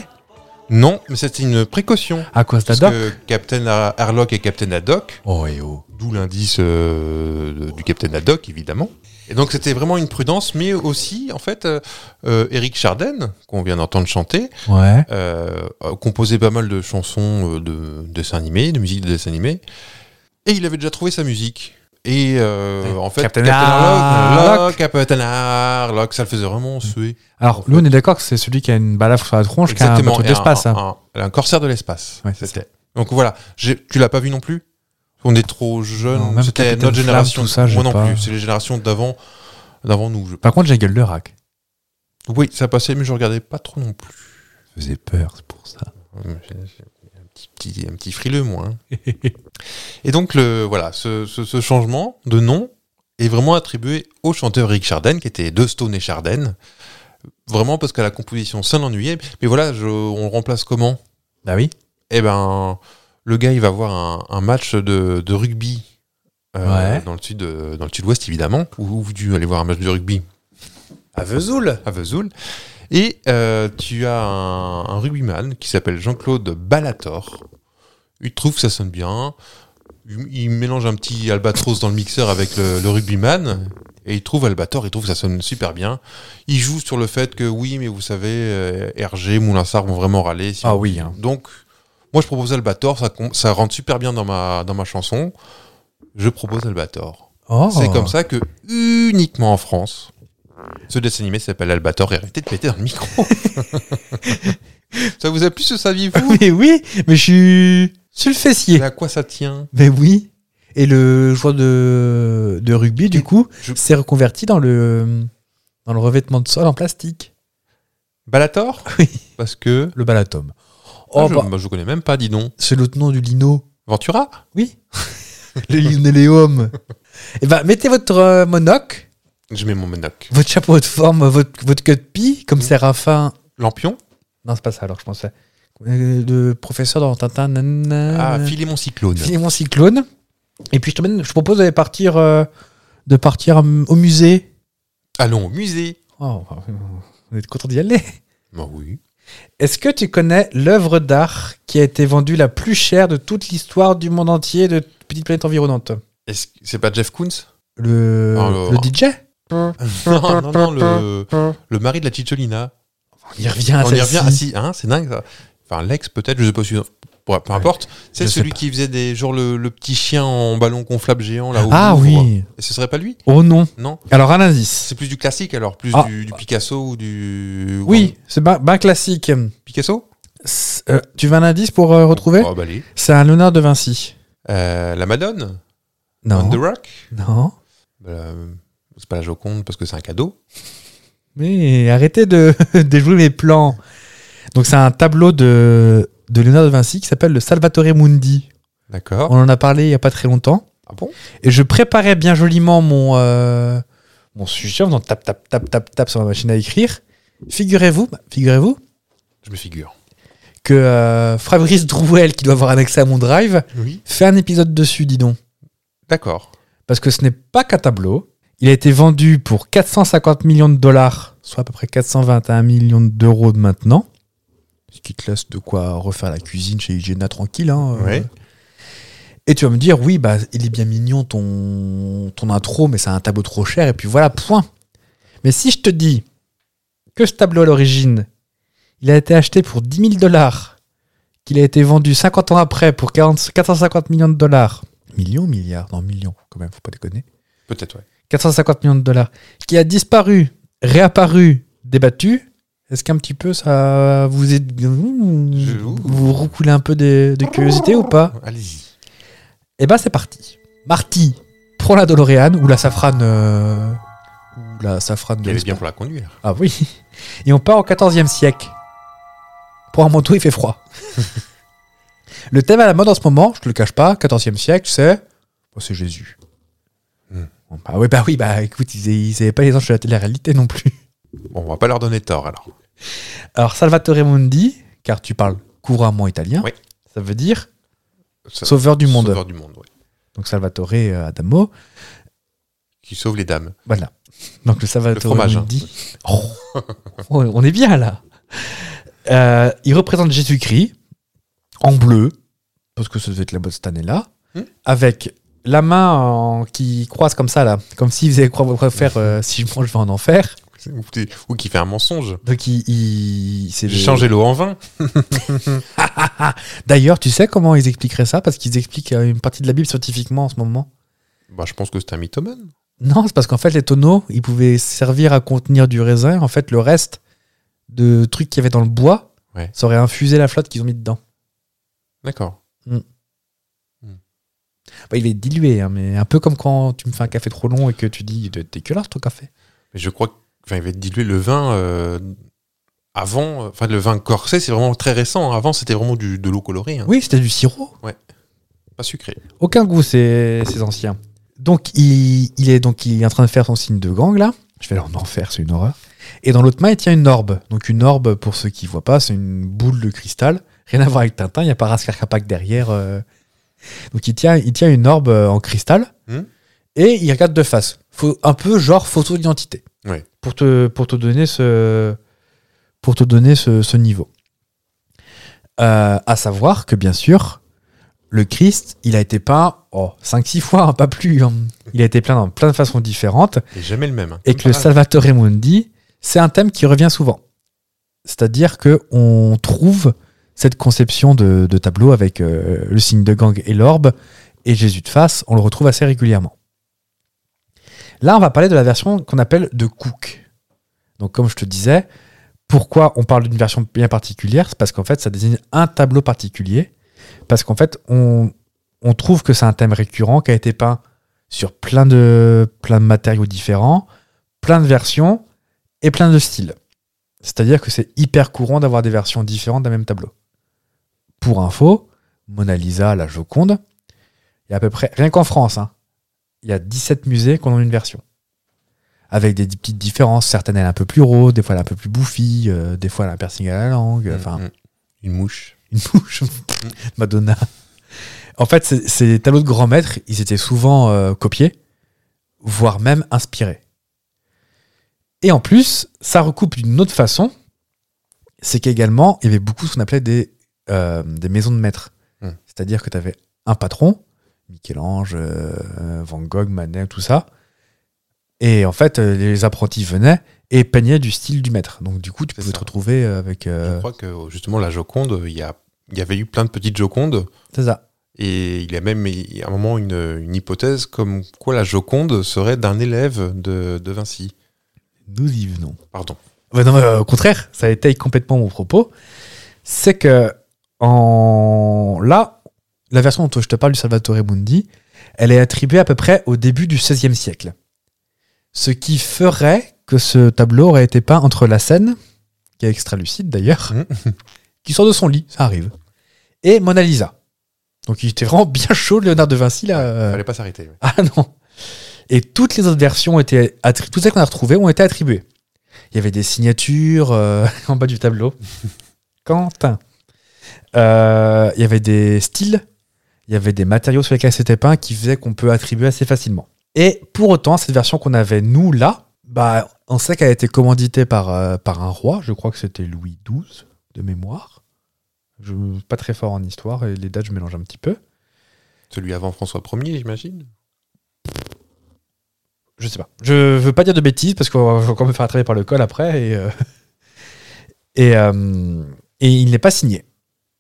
C: Non, mais c'était une précaution.
A: À cause
C: Parce
A: d'Adok
C: que Captain Har- Harlock et Captain Haddock,
B: Oh
A: eh
B: et oh.
C: d'où l'indice euh, de- du Captain Haddock, évidemment. Et donc c'était vraiment une prudence, mais aussi, en fait, euh, euh, Eric Charden, qu'on vient d'entendre chanter,
A: Ouais.
C: euh, a composé pas mal de chansons euh, de dessins animés, de musique de dessins animés, et il avait déjà trouvé sa musique. Et euh, en fait,
A: Captain
C: Harlock,
A: Harlock.
C: Captain Harlock, ça le faisait vraiment suer.
A: Alors, nous, on est d'accord que c'est celui qui a une balafre sur la tronche qui a un bateau
C: et
A: d'espace.
C: Un,
A: hein.
C: un- un corsaire de l'espace.
A: Ouais, c'est
C: c'était. Donc voilà, J'ai- tu l'as pas vu non plus On est trop
A: Non,
C: jeunes,
A: même
C: c'était
A: Capitaine
C: notre
A: Flamme,
C: génération.
A: tout ça, j'ai
C: Moi non
A: pas.
C: plus, c'est les générations d'avant d'avant nous. je-
A: Par contre, j'ai gueule de rack.
C: Oui, ça passait, mais je regardais pas trop non plus.
B: Ça faisait peur, c'est pour ça.
C: Ouais, mais j'ai- j'ai Un petit, petit- un petit frileux, moi. hein.
A: (laughs)
C: et donc, le, voilà, ce, ce- ce changement de nom est vraiment attribué au chanteur Rick Charden, qui était de Stone et Charden. Vraiment parce que la composition, ça l'ennuyait. Mais voilà, je- on le remplace comment
A: Bah oui.
C: Eh ben, le gars, il va voir un, un match de, de rugby euh,
A: Ouais.
C: dans le sud, de- dans le sud-ouest, évidemment. Où, où tu aller voir un match de rugby
A: À Vesoul
C: à Vesoul. Et euh, tu as un, un rugbyman qui s'appelle Jean-Claude Balator. Il trouve que ça sonne bien. Il, il mélange un petit albatros dans le mixeur avec le, le rugbyman. Et il trouve Albator, il trouve que ça sonne super bien. Il joue sur le fait que oui, mais vous savez, euh, Hergé, Moulinsart vont vraiment râler. si
A: Ah
C: on-
A: oui. hein.
C: Donc, moi je propose Albator, ça, com- ça rentre super bien dans ma, dans ma chanson. Je propose Albator.
A: Oh.
C: C'est comme ça que, uniquement en France, ce dessin animé s'appelle Albator et arrêtez de péter dans
A: (laughs)
C: le micro. ça vous a plu ce saviez-vous
A: (laughs) Mais oui, mais je suis. Je suis le
C: Mais
A: fessier.
C: à quoi ça tient
A: Mais oui. Et le joueur de, de rugby, du coup,
C: je-
A: s'est reconverti dans le, dans le revêtement de sol en plastique.
C: Balator
A: Oui.
C: Parce que.
A: Le balatom.
C: Ah,
A: Oh,
C: je,
A: bah,
C: bah, je connais même pas, dis donc.
A: c'est l'autre nom du lino.
C: Ventura
A: Oui. (laughs) le linoléum. Eh ben, mettez votre euh, monocle,
C: Je mets mon monoc.
A: votre chapeau haute forme, votre, votre queue de pie, comme Séraphin.
C: Lampion
A: Non, c'est pas ça, alors, je pensais. Euh, Le professeur dans Tintin. nanana.
C: Ah, Philémon Cyclone.
A: Finis mon cyclone. Et puis, je te, mène- je propose d'aller partir, euh, de partir hum, au musée.
C: Allons au musée.
A: Oh, on est content d'y aller.
C: Bah oui.
A: Est-ce que tu connais l'œuvre d'art qui a été vendue la plus chère de toute l'histoire du monde entier de Petite Planète Environnante
C: Est-ce que c'est pas
A: (laughs)
C: Jeff Koons
A: Le,
C: Alors.
A: le DJ
C: Non, non, non, le, le mari de la Cicciolina.
A: On y revient à
C: On y Ah,
A: celle-ci.
C: revient. Ah si, hein, c'est dingue ça. Enfin, l'ex peut-être, je sais pas si. ouais, peu importe. C'est
A: Je sais
C: celui
A: pas.
C: qui faisait des genre le, le petit chien en ballon gonflable géant là. au
A: Ah
C: Louvre.
A: oui.
C: Et ce serait pas lui
A: Oh non.
C: Non.
A: Alors un indice.
C: C'est plus du classique alors, plus
A: Ah.
C: du, du Picasso ou du
A: Oui, c'est bien classique.
C: Picasso.
A: C'est- euh, tu veux un indice pour euh, retrouver
C: Oh, bah, allez.
A: C'est un Léonard de Vinci.
C: Euh, la Madone. On
A: Non.
C: the Rock.
A: Non.
C: Euh, c'est pas la Joconde parce que c'est un cadeau.
A: Mais arrêtez de (laughs) déjouer mes plans. Donc c'est un tableau de, de Léonard de Vinci qui s'appelle le Salvatore Mundi.
C: D'accord.
A: On en a parlé il n'y a pas très longtemps.
C: Ah bon
A: Et je préparais bien joliment mon, euh, mon sujet en faisant tap, tap, tap, tap, tap sur ma machine à écrire. Figurez-vous, bah, figurez-vous
C: Je me figure.
A: que euh, Fabrice Drouel, qui doit avoir un accès à mon drive,
C: Oui.
A: fait un épisode dessus, dis donc.
C: D'accord.
A: Parce que ce n'est pas qu'un tableau. Il a été vendu pour 450 millions de dollars, soit à peu près 421 millions d'euros de maintenant. Ce qui te laisse de quoi refaire la cuisine chez Hygiena tranquille. hein, euh.
C: Ouais.
A: Et tu vas me dire, oui, bah, il est bien mignon ton, ton intro, mais c'est un tableau trop cher, et puis voilà, point. Mais si je te dis que ce tableau à l'origine, il a été acheté pour 10 000 dollars, qu'il a été vendu 50 ans après pour 40 450 millions de dollars, millions, milliards, non, millions, quand même, faut pas déconner.
C: Peut-être ouais.
A: 450 millions de dollars, qui a disparu, réapparu, débattu. Est-ce qu'un petit peu ça vous est... vous recoulez un peu de, de curiosité ou pas
C: Allez-y.
A: Eh ben c'est parti. Marty prends la DeLorean ou la safrane euh, ou la safrane de
C: Il est bien
A: l'espace.
C: pour la conduire.
A: Ah oui. Et on part au 14e siècle. Pour un manteau, il fait
C: (laughs)
A: froid. le thème à la mode en ce moment, je te le cache pas, 14e siècle, c'est oh, c'est Jésus.
C: Hmm.
A: Bon, Bah oui, bah oui, bah écoute, ils ils savaient pas les anges de la télé-réalité non plus.
C: Bon, on va pas leur donner tort alors.
A: Alors Salvatore Mundi, car tu parles couramment italien,
C: Oui.
A: ça veut dire
C: Ça-
A: sauveur du monde.
C: Sauveur du monde, ouais.
A: Donc Salvatore euh, Adamo,
C: Qui sauve les dames.
A: voilà. Donc le Salvatore
C: fromage, hein.
A: Mundi. Oh, (laughs) oh, on est bien là. Euh, il représente Jésus-Christ en bleu, parce que ça devait être la mode cette année-là,
C: Hmm.
A: avec la main en- qui croise comme ça là, comme s'il faisait croire faire euh, si je mange je vais en enfer.
C: Ou, qui- ou qui fait un mensonge.
A: Donc il, il c'est
C: J'ai
A: le-
C: changé l'eau en vin.
A: D'ailleurs, tu sais comment ils expliqueraient ça Parce qu'ils expliquent euh, une partie de la Bible scientifiquement en ce moment.
C: Bah, je pense que c'est un mythomane.
A: Non, c'est parce qu'en fait, les tonneaux, ils pouvaient servir à contenir du raisin. En fait, le reste de trucs qu'il y avait dans le bois,
C: Ouais.
A: ça aurait infusé la flotte qu'ils ont mis dedans.
C: D'accord.
A: Bah, il est dilué, hein, mais un peu comme quand tu me fais un café trop long et que tu dis t'es dégueulasse ton café.
C: Mais je crois que- enfin, il va être dilué le vin euh, avant. euh, Enfin, le vin corsé, c'est vraiment très récent. Avant, c'était vraiment du, de l'eau colorée, hein,
A: Oui, c'était du sirop.
C: pas sucrée.
A: Aucun goût, ces, ces anciens. Donc il, il est donc il est en train de faire son signe de gang là. Je vais en enfer, c'est une horreur. Et dans l'autre main, il tient une orbe. Donc une orbe, pour ceux qui voient pas, c'est une boule de cristal. Rien à voir avec Tintin. Il y a pas Raskar Kapak derrière. euh. Donc il tient, il tient une orbe euh, en cristal
C: Hmm.
A: et il regarde de face. Faut un peu genre photo d'identité.
C: Ouais.
A: Pour te pour te donner ce pour te donner ce, ce niveau. Euh, à savoir que bien sûr, le Christ, il a été peint oh, 5-6 fois, hein, pas plus. hein. Il a été peint dans plein de façons différentes.
C: Et jamais le même. hein.
A: Et que le
C: Ah,
A: Salvatore Mundi, c'est un thème qui revient souvent. C'est-à-dire que on trouve cette conception de, de tableau avec euh, le signe de gang et l'orbe et Jésus de face, on le retrouve assez régulièrement. Là, on va parler de la version qu'on appelle de Cook. Donc, comme je te disais, pourquoi on parle d'une version bien particulière C'est parce qu'en fait, ça désigne un tableau particulier. Parce qu'en fait, on, on trouve que c'est un thème récurrent qui a été peint sur plein de, plein de matériaux différents, plein de versions et plein de styles. C'est-à-dire que c'est hyper courant d'avoir des versions différentes d'un même tableau. Pour info, Mona Lisa, la Joconde, il y a à peu près, rien qu'en France, hein, il y a 17 musées qui en ont une version. Avec des petites différences, certaines elle est un peu plus rose, des fois elle est un peu plus bouffie, euh, des fois elle a un piercing à la langue,
C: mm,
A: enfin
C: mm. Une mouche.
A: une bouche. Madonna. En fait, ces- ces tableaux de grands maîtres, ils étaient souvent euh, copiés, voire même inspirés. Et en plus, ça recoupe d'une autre façon, c'est qu'également, il y avait beaucoup ce qu'on appelait des, euh, des maisons de maîtres.
C: Hmm.
A: C'est-à-dire que tu avais un patron, Michel-Ange, euh, Van Gogh, Manet, tout ça. Et en fait, euh, les apprentis venaient et peignaient du style du maître. Donc du coup, tu
C: C'est
A: pouvais
C: ça.
A: te retrouver avec... euh,
C: Je crois que justement, la Joconde, il y a il y avait eu plein de petites Jocondes.
A: C'est ça.
C: Et il y a même il- à un moment une, une hypothèse comme quoi la Joconde serait d'un élève de, de Vinci.
A: Nous y venons.
C: Pardon.
A: Ouais, non, mais, euh, au contraire, ça étaye complètement mon propos. C'est que en là, la version dont je te parle du Salvatore Mundi, elle est attribuée à peu près au début du XVIe siècle. Ce qui ferait que ce tableau aurait été peint entre la Seine, qui est extra-lucide d'ailleurs, (laughs) qui sort de son lit, ça arrive, et Mona Lisa. Donc il était vraiment (laughs) bien chaud, Léonard de Vinci, là. euh,
C: Fallait pas s'arrêter.
A: (laughs) ah non. Et toutes les autres versions étaient attri- toutes celles qu'on a retrouvées ont été attribuées. Il y avait des signatures euh, (laughs) en bas du tableau. Quentin. Euh, il y avait des styles, il y avait des matériaux sur lesquels c'était peint qui faisaient qu'on peut attribuer assez facilement. Et pour autant, cette version qu'on avait nous là, bah, on sait qu'elle a été commanditée par, euh, par un roi, je crois que c'était Louis XII de mémoire. Je suis pas très fort en histoire et les dates je mélange un petit peu.
C: Celui avant François Ier, j'imagine.
A: je sais pas. Je veux pas dire de bêtises parce qu'on va encore me faire attraper par le col après et euh, (laughs) et, euh, et il n'est pas signé.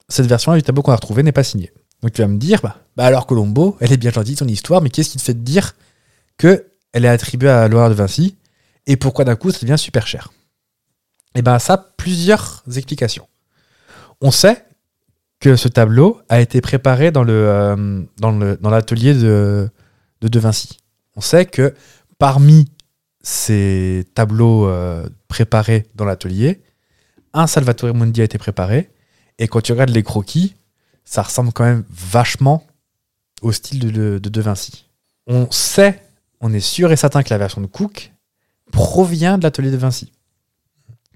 A: Cette version-là du tableau qu'on a retrouvé n'est pas signée. Donc tu vas me dire, bah, bah alors Colombo, elle est bien gentille son histoire, mais qu'est-ce qui te fait te dire que elle est attribuée à Loire de Vinci et pourquoi d'un coup ça devient super cher Et ben ça, plusieurs explications. On sait que ce tableau a été préparé dans le euh, dans le dans l'atelier de de De Vinci. On sait que parmi ces tableaux euh, préparés dans l'atelier, un Salvatore Mundi a été préparé. Et quand tu regardes les croquis, ça ressemble quand même vachement au style de, de, de Vinci. On sait, on est sûr et certain que la version de Cook provient de l'atelier de Vinci.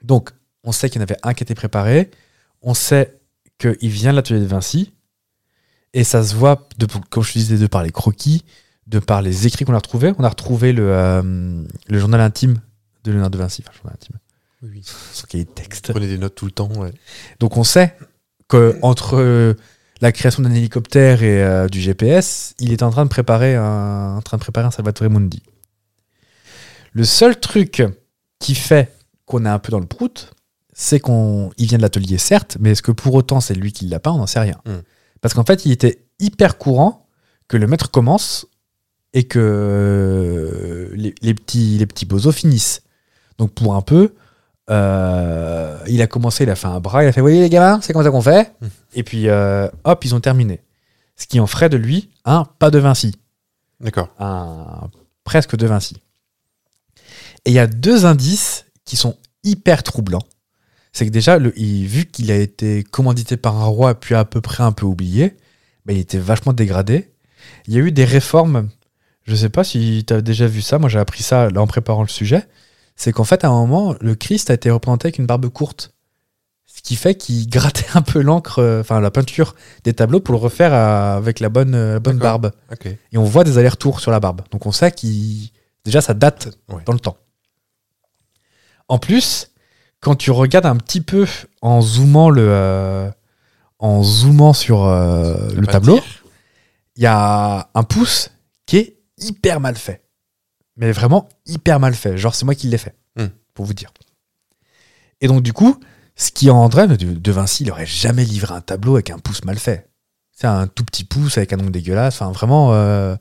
A: Donc, on sait qu'il y en avait un qui était préparé, on sait qu'il vient de l'atelier de Vinci, et ça se voit, de, comme je te disais, de par les croquis, de par les écrits qu'on a retrouvés, on a retrouvé le, euh, le journal intime de Léonard de Vinci, enfin, journal intime,
C: Oui.
A: son cahier de texte.
C: Prenez des notes tout le temps. ouais.
A: Donc on sait que entre euh, la création d'un hélicoptère et euh, du GPS, il est en train de préparer un, en train de préparer un Salvatore Mundi. Le seul truc qui fait qu'on est un peu dans le prout, c'est qu'on, il vient de l'atelier certes, mais est-ce que pour autant c'est lui qui l'a peint On n'en sait rien.
C: Hmm.
A: Parce qu'en fait, il était hyper courant que le maître commence et que euh, les, les petits les petits bozos finissent. Donc pour un peu, euh, il a commencé, il a fait un bras, il a fait, vous voyez les gamins, c'est comme ça qu'on fait.
C: Mm.
A: Et puis, euh, hop, ils ont terminé. Ce qui en ferait de lui un pas de Vinci,
C: D'accord.
A: un presque de Vinci. Et il y a deux indices qui sont hyper troublants. C'est que déjà, le, il- vu qu'il a été commandité par un roi, puis à peu près un peu oublié, ben, il était vachement dégradé. Il y a eu des réformes. Je sais pas si tu as déjà vu ça. Moi, j'ai appris ça là, en préparant le sujet. C'est qu'en fait, à un moment, le Christ a été représenté avec une barbe courte. Ce qui fait qu'il grattait (laughs) un peu l'encre, euh, enfin la peinture des tableaux pour le refaire à- avec la bonne, euh, bonne
C: D'accord.
A: barbe.
C: Ok.
A: Et on voit des allers-retours sur la barbe. Donc on sait qu'il. Déjà, ça date
C: Ouais.
A: dans le temps. En plus, quand tu regardes un petit peu en zoomant le. euh, en zoomant sur euh, le
C: pas
A: tableau, il y a un pouce qui est hyper mal fait. Mais vraiment hyper mal fait. Genre, c'est moi qui l'ai fait.
C: Hmm.
A: Pour vous dire. Et donc, du coup, ce qui en rendrait. mais De, de Vinci, il aurait jamais livré un tableau avec un pouce mal fait. C'est un tout petit pouce avec un nom dégueulasse. Enfin, vraiment. euh,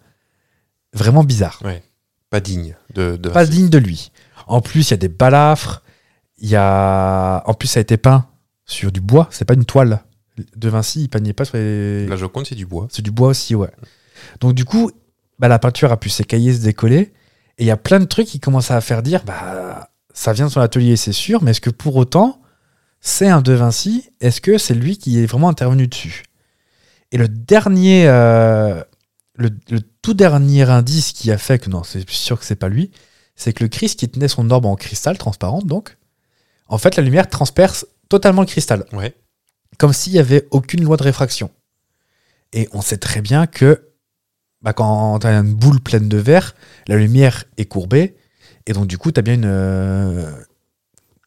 A: vraiment bizarre
C: Pas digne de. de
A: pas digne de lui. En plus, il y a des balafres. Il y a. En plus, ça a été peint sur du bois. C'est pas une toile. De Vinci, il peignait pas sur les.
C: La Joconde, c'est du bois.
A: C'est du bois aussi, ouais. Donc, du coup, bah, la peinture a pu s'écailler, se décoller. Et il y a plein de trucs qui commencent à faire dire bah, ça vient de son atelier, c'est sûr, mais est-ce que pour autant, c'est un De Vinci Est-ce que c'est lui qui est vraiment intervenu dessus Et le dernier. euh, le, le tout dernier indice qui a fait que non, c'est sûr que c'est pas lui, c'est que le Christ qui tenait son orbe en cristal transparente, donc, en fait, la lumière transperce totalement le cristal
C: Ouais.
A: comme s'il n'y avait aucune loi de réfraction. Et on sait très bien que bah, quand tu as une boule pleine de verre, la lumière est courbée, et donc du coup, tu as bien une... euh,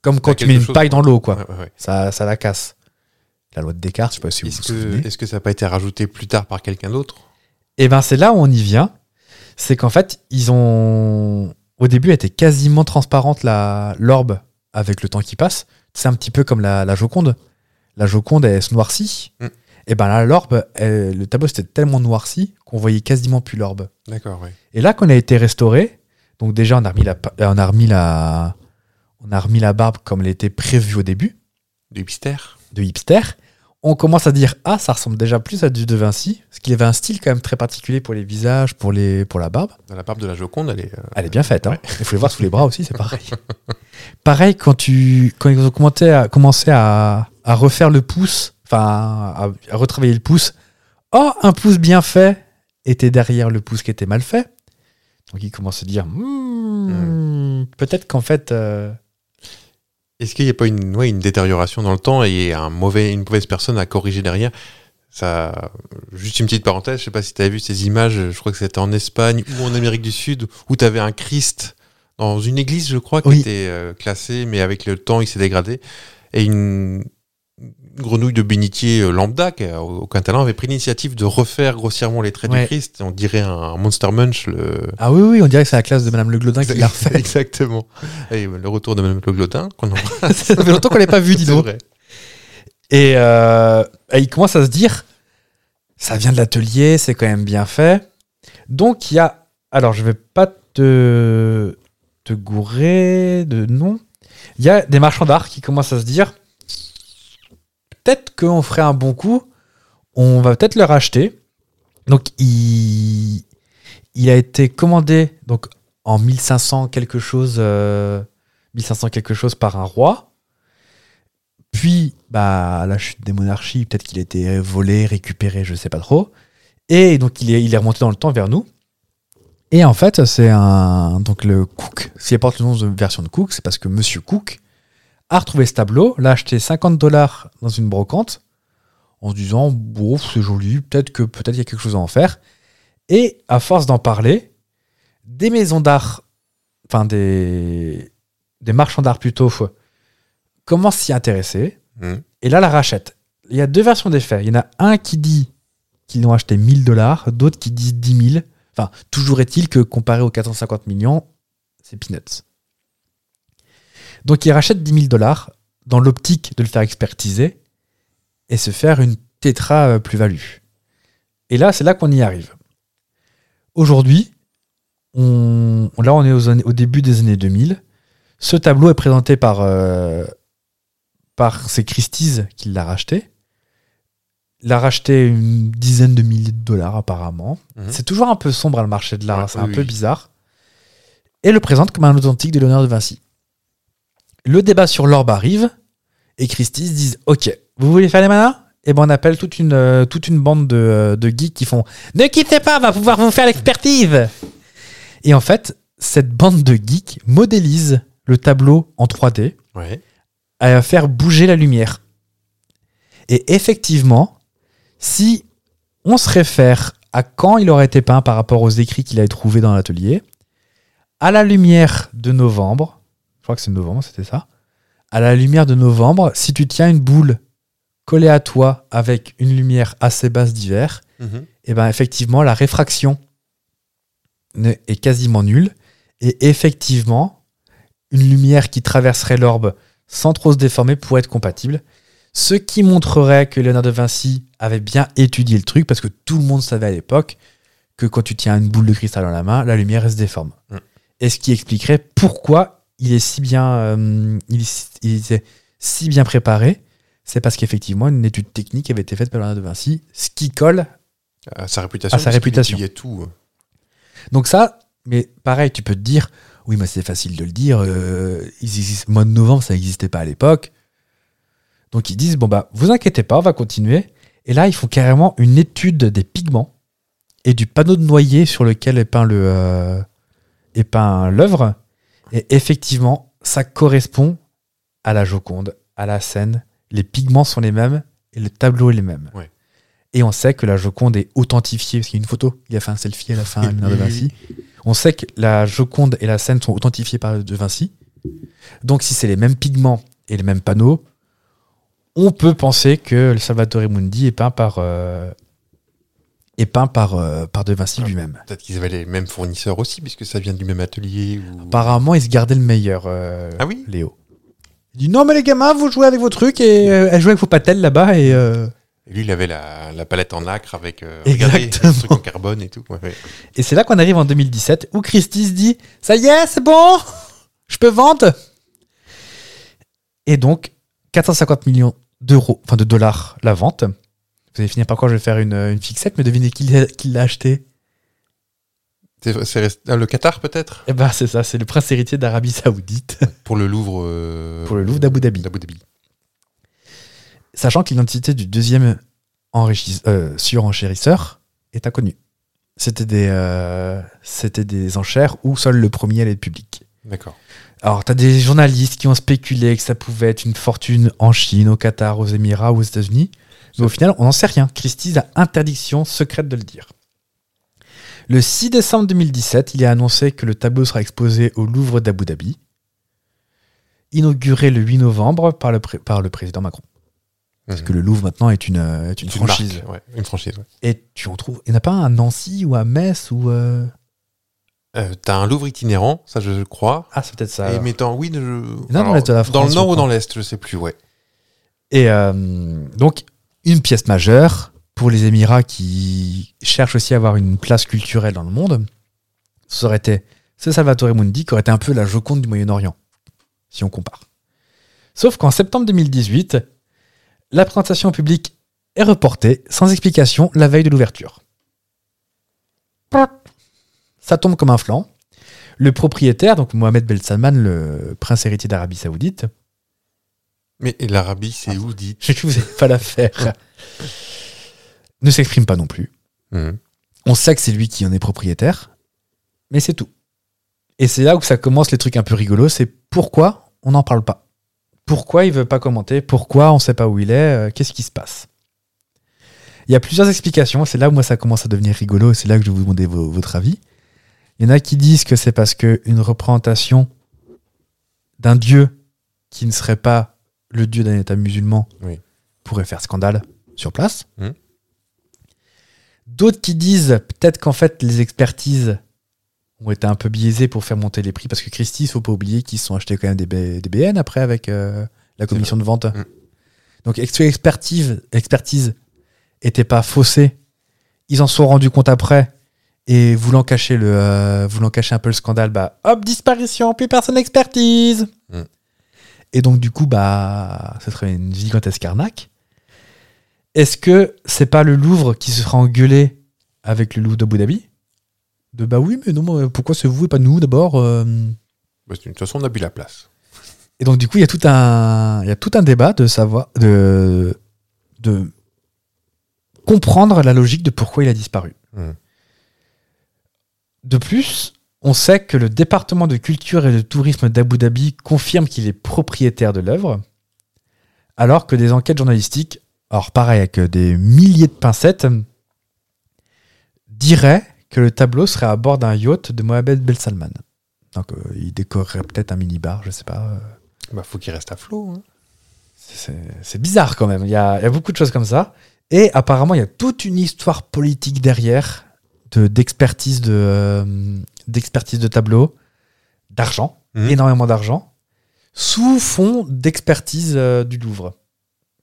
A: comme quand
C: T'as
A: tu mets
C: quelque
A: une
C: chose,
A: paille dans
C: quoi.
A: l'eau, quoi.
C: Ouais, ouais, ouais.
A: Ça, ça la casse. La loi de Descartes, je sais pas si vous vous
C: Est-ce
A: souvenez.
C: que, est-ce que ça n'a pas été rajouté plus tard par quelqu'un d'autre
A: Et ben c'est là où on y vient. C'est qu'en fait, ils ont. Au début, elle était quasiment transparente, la l'orbe, avec le temps qui passe. C'est un petit peu comme la, la Joconde. la Joconde, elle, se noircit.
C: Mm.
A: Et ben là, l'orbe, elle- le tableau, c'était tellement noirci qu'on voyait quasiment plus l'orbe.
C: D'accord, ouais.
A: Et là, qu'on a été restauré, donc déjà, on a remis la, pa- euh, on a remis la, on a remis la barbe comme elle était prévue au début,
C: Du hipster.
A: de hipster. On commence à dire ah, ça ressemble déjà plus à du De Vinci, parce qu'il avait un style quand même très particulier pour les visages, pour les, pour la barbe.
C: Dans la barbe de la Joconde, elle est. euh,
A: Elle est bien faite. Hein. Il faut les voir sous les bras aussi, c'est pareil. pareil, quand, tu, quand ils ont commencé à, commencé à, à refaire le pouce, enfin, à, à retravailler le pouce, oh, un pouce bien fait était derrière le pouce qui était mal fait. Donc ils commencent à se dire, Hmm, peut-être qu'en fait, euh,
C: Est-ce qu'il n'y a pas une, ouais, une détérioration dans le temps et un mauvais, une mauvaise personne à corriger derrière ça, juste une petite parenthèse, je sais pas si tu as vu ces images, je crois que c'était en Espagne ou en Amérique du Sud, où tu avais un Christ dans une église, je crois, qui
A: Oui.
C: était euh, classée, mais avec le temps, il s'est dégradé. Et une une grenouille de bénitier euh, lambda, qui, euh, au aucun talent, avait pris l'initiative de refaire grossièrement les traits
A: Ouais.
C: du Christ. On dirait un Monster Munch, le,
A: ah oui, oui, on dirait que c'est la classe de Madame Le Glodin qui l'a refait.
C: (laughs) Exactement. Et le retour de Mme Le Glotin,
A: (laughs)
C: qu'on en
A: ça fait longtemps qu'on l'avait pas vu, dis
C: C'est
A: donc.
C: vrai.
A: Et, euh, et il commence à se dire, ça vient de l'atelier, c'est quand même bien fait. Donc il y a, alors je vais pas te, te gourer de nom, il y a des marchands d'art qui commencent à se dire, peut-être qu'on ferait un bon coup, on va peut-être le racheter. Donc il, il a été commandé donc en 1500 quelque chose, euh, 1500 quelque chose par un roi. Puis, bah, à la chute des monarchies, peut-être qu'il a été volé, récupéré, je sais pas trop. Et donc, il est, il est remonté dans le temps vers nous. Et en fait, c'est un. Donc, le Cook, s'il porte le nom de version de Cook, c'est parce que Monsieur Cook a retrouvé ce tableau, l'a acheté 50 dollars dans une brocante, en se disant, bon, c'est joli, peut-être que peut-être il y a quelque chose à en faire. Et à force d'en parler, des maisons d'art, enfin des, des marchands d'art plutôt, commencent à s'y intéresser
C: Mhm.
A: et là la rachète. Il y a deux versions des faits. Il y en a un qui dit qu'ils l'ont acheté 1000 dollars, d'autres qui disent 10 000. Enfin, toujours est-il que comparé aux 450 millions, c'est peanuts. Donc il rachète 10 000 dollars dans l'optique de le faire expertiser et se faire une tétra euh, plus-value. Et là, c'est là qu'on y arrive. Aujourd'hui, on, là on est aux années- au début des années 2000. Ce tableau est présenté par euh, par c'est Christie's qui l'a racheté. Il l'a racheté une dizaine de milliers de dollars apparemment.
C: Mhm.
A: C'est toujours un peu sombre à le marché de l'art,
C: Ouais,
A: c'est
C: oui,
A: un peu
C: oui.
A: bizarre. Et le présente comme un authentique de Léonard de Vinci. Le débat sur l'orbe arrive et Christie's disent OK, vous voulez faire les malins Et ben on appelle toute une, euh, toute une bande de, euh, de geeks qui font Ne quittez pas, on va pouvoir vous faire l'expertise Et en fait, cette bande de geeks modélise le tableau en 3D
C: Ouais.
A: à faire bouger la lumière. Et effectivement, si on se réfère à quand il aurait été peint par rapport aux écrits qu'il avait trouvés dans l'atelier, à la lumière de novembre, je crois que c'est novembre, c'était ça, à la lumière de novembre, si tu tiens une boule collée à toi avec une lumière assez basse d'hiver,
C: Mhm.
A: et ben effectivement, la réfraction ne- est quasiment nulle. Et effectivement, une lumière qui traverserait l'orbe sans trop se déformer pourrait être compatible. Ce qui montrerait que Léonard de Vinci avait bien étudié le truc, parce que tout le monde savait à l'époque que quand tu tiens une boule de cristal dans la main, la lumière elle se déforme.
C: Mm.
A: Et ce qui expliquerait pourquoi il est si bien, euh, il, est- il était si bien préparé, c'est parce qu'effectivement une étude technique avait été faite par Léonard de Vinci, ce qui colle
C: À Euh, sa réputation.
A: À Ah, sa
C: parce qu'il
A: réputation.
C: étudiait tout. hein.
A: Donc ça, mais pareil, tu peux te dire, oui, mais c'est facile de le dire, euh, ils existent- mois de novembre, ça n'existait pas à l'époque. Donc ils disent, bon bah, vous inquiétez pas, on va continuer. Et là, ils font carrément une étude des pigments et du panneau de noyer sur lequel est peint le euh, est peint l'œuvre. Et effectivement, ça correspond à la Joconde, à la scène. Les pigments sont les mêmes et le tableau est les mêmes.
C: Ouais.
A: Et on sait que la Joconde est authentifiée, parce qu'il y a une photo, il a fait un selfie à la fin,
C: Oui,
A: Léonard de
C: oui,
A: Vinci. On sait que la Joconde et la scène sont authentifiées par de Vinci. Donc si c'est les mêmes pigments et les mêmes panneaux, on peut penser que le Salvatore Mundi est peint par, euh, est peint par, euh, par De Vinci
C: Ah.
A: lui-même.
C: Peut-être qu'ils avaient les mêmes fournisseurs
A: Ah,
C: aussi, puisque ça vient du même atelier. Ou...
A: Apparemment, il se gardait le meilleur, euh,
C: Ah oui
A: Léo. Il dit non, mais les gamins, vous jouez avec vos trucs et euh, elle jouait avec vos patelles là-bas et. euh,
C: Et lui, il avait la, la palette en acre avec euh, regardez,
A: Exactement.
C: ce truc en carbone et tout. Ouais, ouais.
A: Et c'est là qu'on arrive en 2017 où Christie se dit Ça y est, c'est bon Je peux vendre Et donc, 450 millions d'euros, enfin de dollars la vente. Vous allez finir par quoi Je vais faire une, une fixette, mais devinez qui l'a qui l'a acheté
C: C'est- c'est resté- ah, le Qatar, peut-être
A: Eh ben, c'est ça, c'est le prince héritier d'Arabie Saoudite
C: Pour le Louvre. euh,
A: pour le Louvre d'Abu Dhabi.
C: d'Abu Dhabi.
A: Sachant que l'identité du deuxième enrichis- euh, surenchérisseur est inconnue. C'était des, euh, c'était des enchères où seul le premier allait être public.
C: D'accord.
A: Alors, t'as des journalistes qui ont spéculé que ça pouvait être une fortune en Chine, au Qatar, aux Émirats, aux États-Unis. Mais au final, on n'en sait rien. Christie's a interdiction secrète de le dire. Le 6 décembre 2017, il est annoncé que le tableau sera exposé au Louvre d'Abu Dhabi, inauguré le 8 novembre par le, pré- par le président Macron. Parce
C: Mhm.
A: que le Louvre maintenant est une, euh, est une
C: C'est
A: franchise.
C: marque, ouais, une franchise. ouais.
A: Et tu en trouves. Il n'y en a pas un à Nancy ou à Metz ou. euh,
C: Euh, T'as un Louvre itinérant, ça je crois.
A: Ah, c'est peut-être ça.
C: Et
A: alors.
C: mettant, oui, je-
A: dans l'est de la
C: dans
A: France,
C: le
A: je
C: nord ou
A: crois.
C: dans l'est, je sais plus, ouais.
A: Et euh, donc, une pièce majeure pour les Émirats qui cherchent aussi à avoir une place culturelle dans le monde, ça aurait été ce Salvatore Mundi qui aurait été un peu la Joconde du Moyen-Orient, si on compare. Sauf qu'en septembre 2018, la présentation au public est reportée sans explication la veille de l'ouverture. Ça tombe comme un flanc. Le propriétaire, donc Mohamed Bel Salman, le prince héritier d'Arabie Saoudite,
C: Mais et l'Arabie,
A: Ah.
C: c'est où dit
A: je sais que vous n'avez pas l'affaire. ne s'exprime pas non plus.
C: Mhm.
A: On sait que c'est lui qui en est propriétaire, mais c'est tout. Et c'est là où ça commence les trucs un peu rigolos, c'est pourquoi on n'en parle pas. Pourquoi il veut pas commenter Pourquoi on sait pas où il est euh, Qu'est-ce qui se passe Il y a plusieurs explications, c'est là où moi ça commence à devenir rigolo, et c'est là que je vais vous demander vo- votre avis. Il y en a qui disent que c'est parce qu'une représentation d'un dieu qui ne serait pas le dieu d'un État musulman
C: Oui.
A: pourrait faire scandale sur place.
C: Mhm.
A: D'autres qui disent peut-être qu'en fait les expertises ont été un peu biaisées pour faire monter les prix parce que Christie, il faut pas oublier qu'ils se sont achetés quand même des, B- des BN après avec euh, la commission de vente.
C: Mhm.
A: Donc ex- expertise expertise était pas faussée. Ils en sont rendus compte après et voulant cacher le euh, voulant cacher un peu le scandale, bah hop disparition, plus personne expertise.
C: Mhm.
A: Et donc du coup bah ce serait une gigantesque arnaque. Est-ce que c'est pas le Louvre qui se sera engueulé avec le Louvre d'Abu Dhabi De bah oui, mais non, mais pourquoi c'est vous et pas nous d'abord euh
C: Bah, c'est- De toute façon, on a bu la place.
A: Et donc du coup, il y a tout un, il y a tout un débat de savoir, de, de comprendre la logique de pourquoi il a disparu.
C: Mhm.
A: De plus, on sait que le département de culture et de tourisme d'Abu Dhabi confirme qu'il est propriétaire de l'œuvre, alors que des enquêtes journalistiques, alors pareil avec des milliers de pincettes, diraient que le tableau serait à bord d'un yacht de Mohamed Bel Salman. Donc euh, il décorerait peut-être un mini-bar, je sais pas. euh,
C: Bah, faut qu'il reste à flot. hein.
A: c'est- C'est c'est bizarre quand même. Il y, a, il y a beaucoup de choses comme ça. Et apparemment, il y a toute une histoire politique derrière de- d'expertise de, euh, d'expertise de tableau, d'argent,
C: Mhm.
A: énormément d'argent, sous fond d'expertise euh, du Louvre.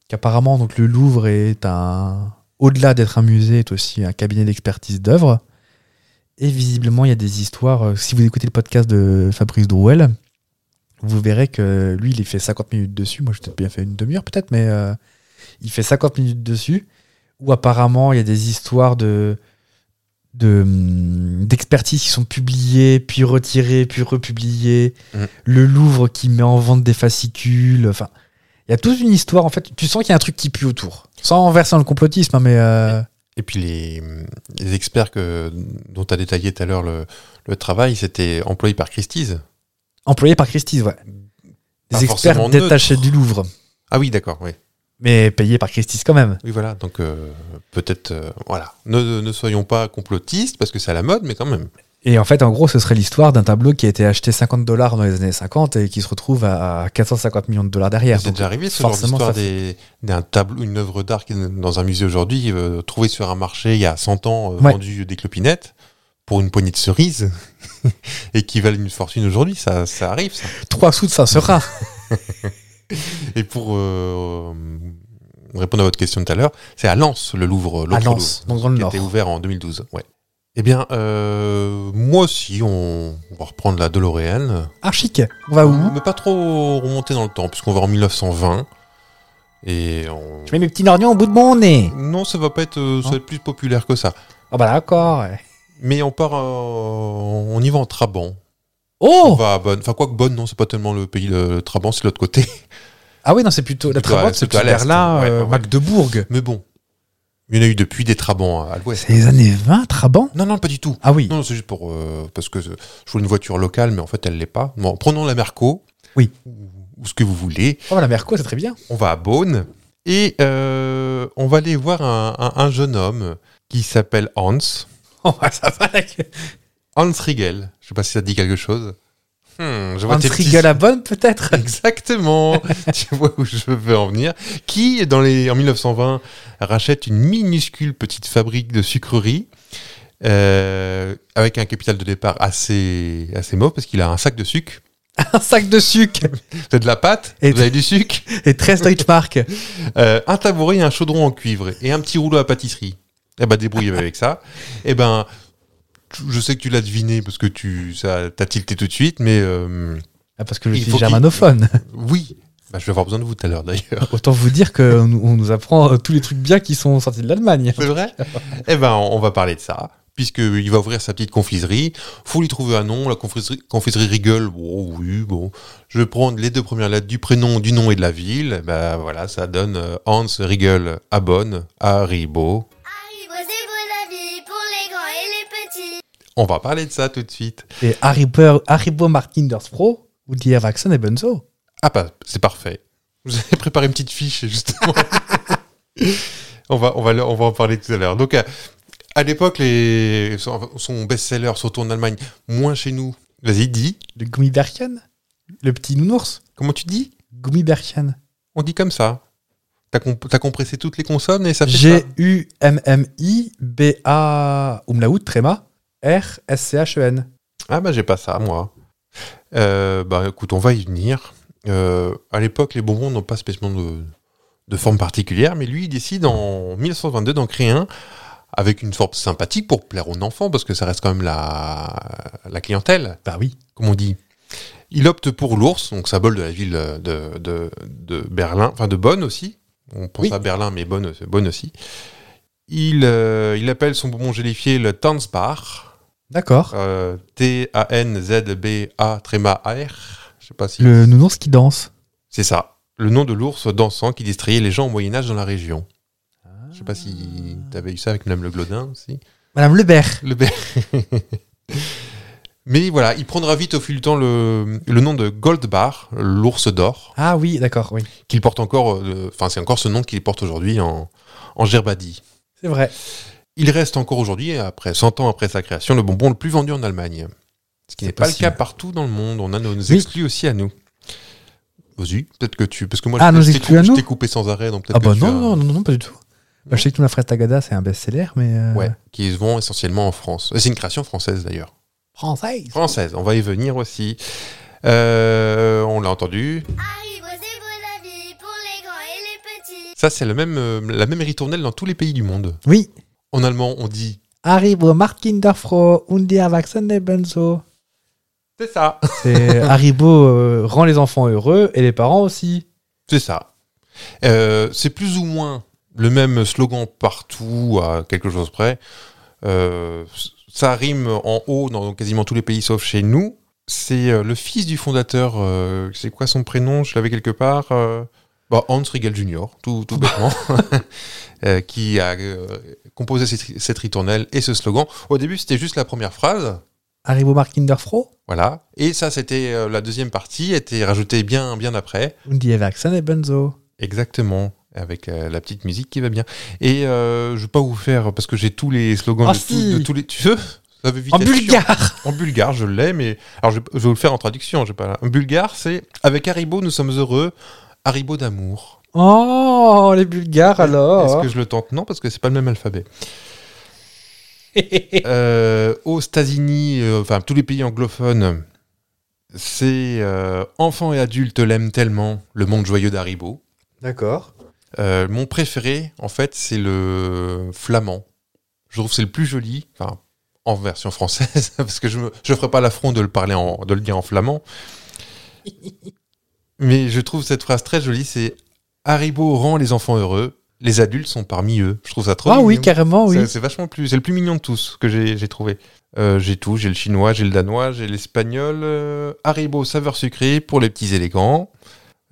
A: Qu'apparemment, donc le Louvre est un, au-delà d'être un musée, est aussi un cabinet d'expertise d'œuvres. Et visiblement, il y a des histoires. euh, si vous écoutez le podcast de Fabrice Drouel, vous verrez que lui, il est fait 50 minutes dessus. Moi, j'ai peut-être bien fait une demi-heure, peut-être, mais euh, il fait 50 minutes dessus. Où apparemment, il y a des histoires de de, hum, d'expertises qui sont publiées, puis retirées, puis republiées.
C: Mhm.
A: Le Louvre qui met en vente des fascicules. Enfin, il y a toute une histoire. En fait, tu sens qu'il y a un truc qui pue autour. Sans verser dans le complotisme, hein, mais. euh,
C: Et puis les, les experts que, dont tu as détaillé tout à l'heure le, le travail, c'était employé par Christie's.
A: Employés par Christie's, ouais.
C: Pas
A: Des experts
C: forcément neutre.
A: détachés du Louvre,
C: Ah oui, d'accord, oui.
A: mais payés par Christie's quand même.
C: Oui, voilà. Donc euh, peut-être, euh, voilà. Ne, ne soyons pas complotistes parce que c'est à la mode, mais quand même.
A: Et en fait, en gros, ce serait l'histoire d'un tableau qui a été acheté 50 dollars dans les années 50 et qui se retrouve à 450 millions de dollars derrière.
C: C'est
A: ah, Donc,
C: déjà arrivé ce genre
A: forcément,
C: d'histoire
A: ça
C: des- d'un tableau, une œuvre d'art qui est dans un musée aujourd'hui, euh, trouvée sur un marché il y a 100 ans, euh,
A: Ouais.
C: vendue des clopinettes pour une poignée de cerises (laughs) (laughs) et qui valent une fortune aujourd'hui. Ça, ça arrive, ça.
A: 3 sous de ça sera.
C: Et pour euh, répondre à votre question de tout à l'heure, c'est à Lens, le Louvre,
A: à
C: l'autre
A: Lens,
C: Louvre,
A: donc dans le
C: qui a
A: Nord.
C: été ouvert en 2012. Ouais. Eh bien, euh, moi aussi, on, on va reprendre la DeLorean.
A: Archique. Ah, On va où
C: Mais pas trop remonter dans le temps, puisqu'on va en 1920. Et on...
A: Je mets mes petits norgnons au bout de mon nez.
C: Non, ça va pas être, euh, ça va être plus populaire que ça.
A: Ah bah d'accord. ouais.
C: Mais on part, euh, on y va en Trabant. On
A: Oh
C: va à Bonne. Enfin, quoi que Bonne, non, c'est pas tellement le pays, le Trabant, c'est l'autre côté. (laughs)
A: Ah oui, non, c'est plutôt la
C: Plutôt à-
A: Trabante, c'est
C: plutôt
A: plutôt
C: à l'est.
A: Berlin,
C: Ouais,
A: euh,
C: ouais, ouais.
A: Magdebourg.
C: Mais bon, il y en a eu depuis des Trabants hein, à l'ouest.
A: C'est les années 20, Trabant
C: Non, non, pas du tout.
A: Ah oui.
C: Non, non, c'est juste pour. euh, parce que euh, je voulais une voiture locale, mais en fait, elle l'est pas. Bon, prenons la Merco.
A: Oui.
C: Ou, ou ce que vous voulez.
A: Oh, la Merco, c'est très bien. (laughs)
C: On va à Beaune. Et euh, on va aller voir un, un- un jeune homme qui s'appelle Hans.
A: Oh, bah, ça va. la gueule.
C: Hans Riegel. Je sais pas si ça te dit quelque chose. Hmm, je vois
A: Hans
C: tes petits-
A: Riegel à bonne, (laughs) peut-être
C: (laughs) Exactement. tu vois où je veux en venir. Qui, dans les, en 1920, rachète une minuscule petite fabrique de sucreries euh, avec un capital de départ assez, assez mauvais parce qu'il a un sac de sucre.
A: Un sac de sucre
C: Vous avez de la pâte,
A: Et
C: vous avez du sucre,
A: et 13 Deutschmark.
C: euh, un tabouret et un chaudron en cuivre et un petit rouleau à pâtisserie. Eh ben, débrouillez-vous avec ça. Eh ben, tu- je sais que tu l'as deviné parce que tu, ça t'a tilté tout de suite, mais euh,
A: Ah, parce que je
C: Il
A: suis
C: faut qu'il-
A: germanophone.
C: oui. Bah, je vais avoir besoin de vous tout à l'heure d'ailleurs.
A: Autant vous dire qu'on on nous apprend euh, tous les trucs bien qui sont sortis de l'Allemagne.
C: C'est vrai Eh ben, on va parler de ça, puisqu'il va ouvrir sa petite confiserie. faut lui trouver un nom, la confiserie, confiserie Rigole, bon, oui, bon. Je vais prendre les deux premières lettres du prénom, du nom et de la ville. Eh Ben voilà, ça donne euh, Hans Rigole à Bonn, à Ribot.
F: Libre, c'est vous la vie pour les grands et les petits.
C: On va parler de ça tout de suite.
A: Et Haribo, Haribo Martinders Pro, ou Erikson et Benzo.
C: Ah bah, c'est parfait. (laughs) Vous avez préparé une petite fiche, justement. (laughs) on, va, on, va, le- on va en parler tout à l'heure. Donc, à, à l'époque, les- son, son best-seller, surtout en Allemagne, moins chez nous. Vas-y, dis.
A: Le Gummibärchen Le petit nounours
C: Comment tu dis
A: Gummibärchen.
C: On dit comme ça. T'as comp- t'as compressé toutes les consonnes et ça fait ça.
A: G-U-M-M-I-B-A Umlaut, Tréma, R-S-C-H-E-N.
C: Ah bah j'ai pas ça, moi. Euh, bah écoute, on va y venir. Euh, à l'époque, les bonbons n'ont pas spécialement de, de forme particulière, mais lui, il décide en 1922 d'en créer un avec une forme sympathique pour plaire aux enfants, parce que ça reste quand même la, la clientèle.
A: Bah oui.
C: comme on dit. Il opte pour l'ours, donc symbole de la ville de, de, de Berlin, enfin de Bonn aussi. On pense
A: Oui.
C: à Berlin, mais Bonn, c'est Bonn aussi. Il, euh, il appelle son bonbon gélifié le Tanzbar,
A: D'accord.
C: euh, T-A-N-Z-B-A, tréma A-R. Je sais pas si.
A: Le nounours qui danse.
C: C'est ça, le nom de l'ours dansant qui distrayait les gens au Moyen-Âge dans la région. Je sais pas si t'avais eu ça avec Madame Le Glodin aussi.
A: Madame Lebert.
C: Le ber- Mais voilà, il prendra vite au fil du temps le, le nom de Goldbar, l'ours d'or,
A: Ah oui, d'accord, oui.
C: qu'il porte encore, euh, enfin c'est encore ce nom qu'il porte aujourd'hui en, en Gerbadie.
A: C'est vrai.
C: Il reste encore aujourd'hui, après 100 ans après sa création, le bonbon le plus vendu en Allemagne. Ce qui
A: C'est
C: n'est pas le
A: possible.
C: cas partout dans le monde, on a nos
A: Oui.
C: exclus aussi à nous. Vas-y, peut-être que tu... Parce que moi,
A: Ah,
C: je-
A: nos
C: je t'ai
A: exclus à
C: cou- je
A: nous
C: t'ai coupé sans arrêt, donc peut-être
A: Ah
C: que
A: bah
C: tu as-
A: non, non, non, non, pas du tout. Bah, je sais que nous, la fraise Tagada, c'est un best-seller, mais... euh,
C: Ouais, qui se vend essentiellement en France. Et C'est une création française d'ailleurs.
A: Française.
C: française. On va y venir aussi. Euh, on l'a entendu.
F: Libre, c'est vous la vie pour les grands et les petits.
C: Ça, c'est le même, euh, la même ritournelle dans tous les pays du monde.
A: Oui.
C: En allemand, on dit
A: Haribo Martindorfro und die Erwachsenen Benzo.
C: c'est ça,
A: (laughs) C'est Haribo euh, rend les enfants heureux et les parents aussi.
C: c'est ça. Euh, c'est plus ou moins le même slogan partout, à quelque chose près. Euh, ça rime en haut dans quasiment tous les pays sauf chez nous. C'est euh, le fils du fondateur. euh, c'est quoi son prénom Je l'avais quelque part. euh, bah, Hans Riegel Jr. Tout, tout bêtement, (laughs) euh, qui a euh, composé cette, cette ritournelle et ce slogan. Au début, c'était juste la première phrase.
A: Haribo Martindorfro
C: Voilà. Et ça, c'était euh, la deuxième partie, était rajoutée bien, bien après.
A: und die Erwachsenen Benzo.
C: Exactement. Avec euh, la petite musique qui va bien. Et euh, je vais pas vous faire, parce que j'ai tous les slogans
A: Ah
C: de,
A: si.
C: tous- de tous les. Tu veux Ça va vite
A: En
C: être chiant.
A: bulgare
C: En bulgare, je l'ai, mais. Alors, je, je vais vous le faire en traduction. j'ai Pas... En bulgare, c'est Avec Haribo, nous sommes heureux. Haribo d'amour.
A: Oh, les bulgares
C: Est-ce
A: alors
C: que je le tente Non, parce que c'est pas le même alphabet. (laughs) euh, aux États-Unis, euh, enfin, tous les pays anglophones, C'est euh, Enfants et adultes l'aiment tellement, le monde joyeux d'Haribo.
A: D'accord.
C: Euh, mon préféré, en fait, c'est le flamand. Je trouve que c'est le plus joli, enfin, en version française, (laughs) parce que je ne ferai pas l'affront de le parler, en, de le dire
A: (laughs)
C: en flamand. Mais je trouve cette phrase très jolie, c'est Haribo rend les enfants heureux, les adultes sont parmi eux. Je trouve ça trop
A: Ah oui,
C: mignon.
A: carrément, oui.
C: C'est- C'est vachement plus. C'est le plus mignon de tous que j'ai j'ai trouvé. Euh, j'ai tout. J'ai le chinois, j'ai le danois, j'ai l'espagnol. euh, Haribo saveur sucrée pour les petits élégants.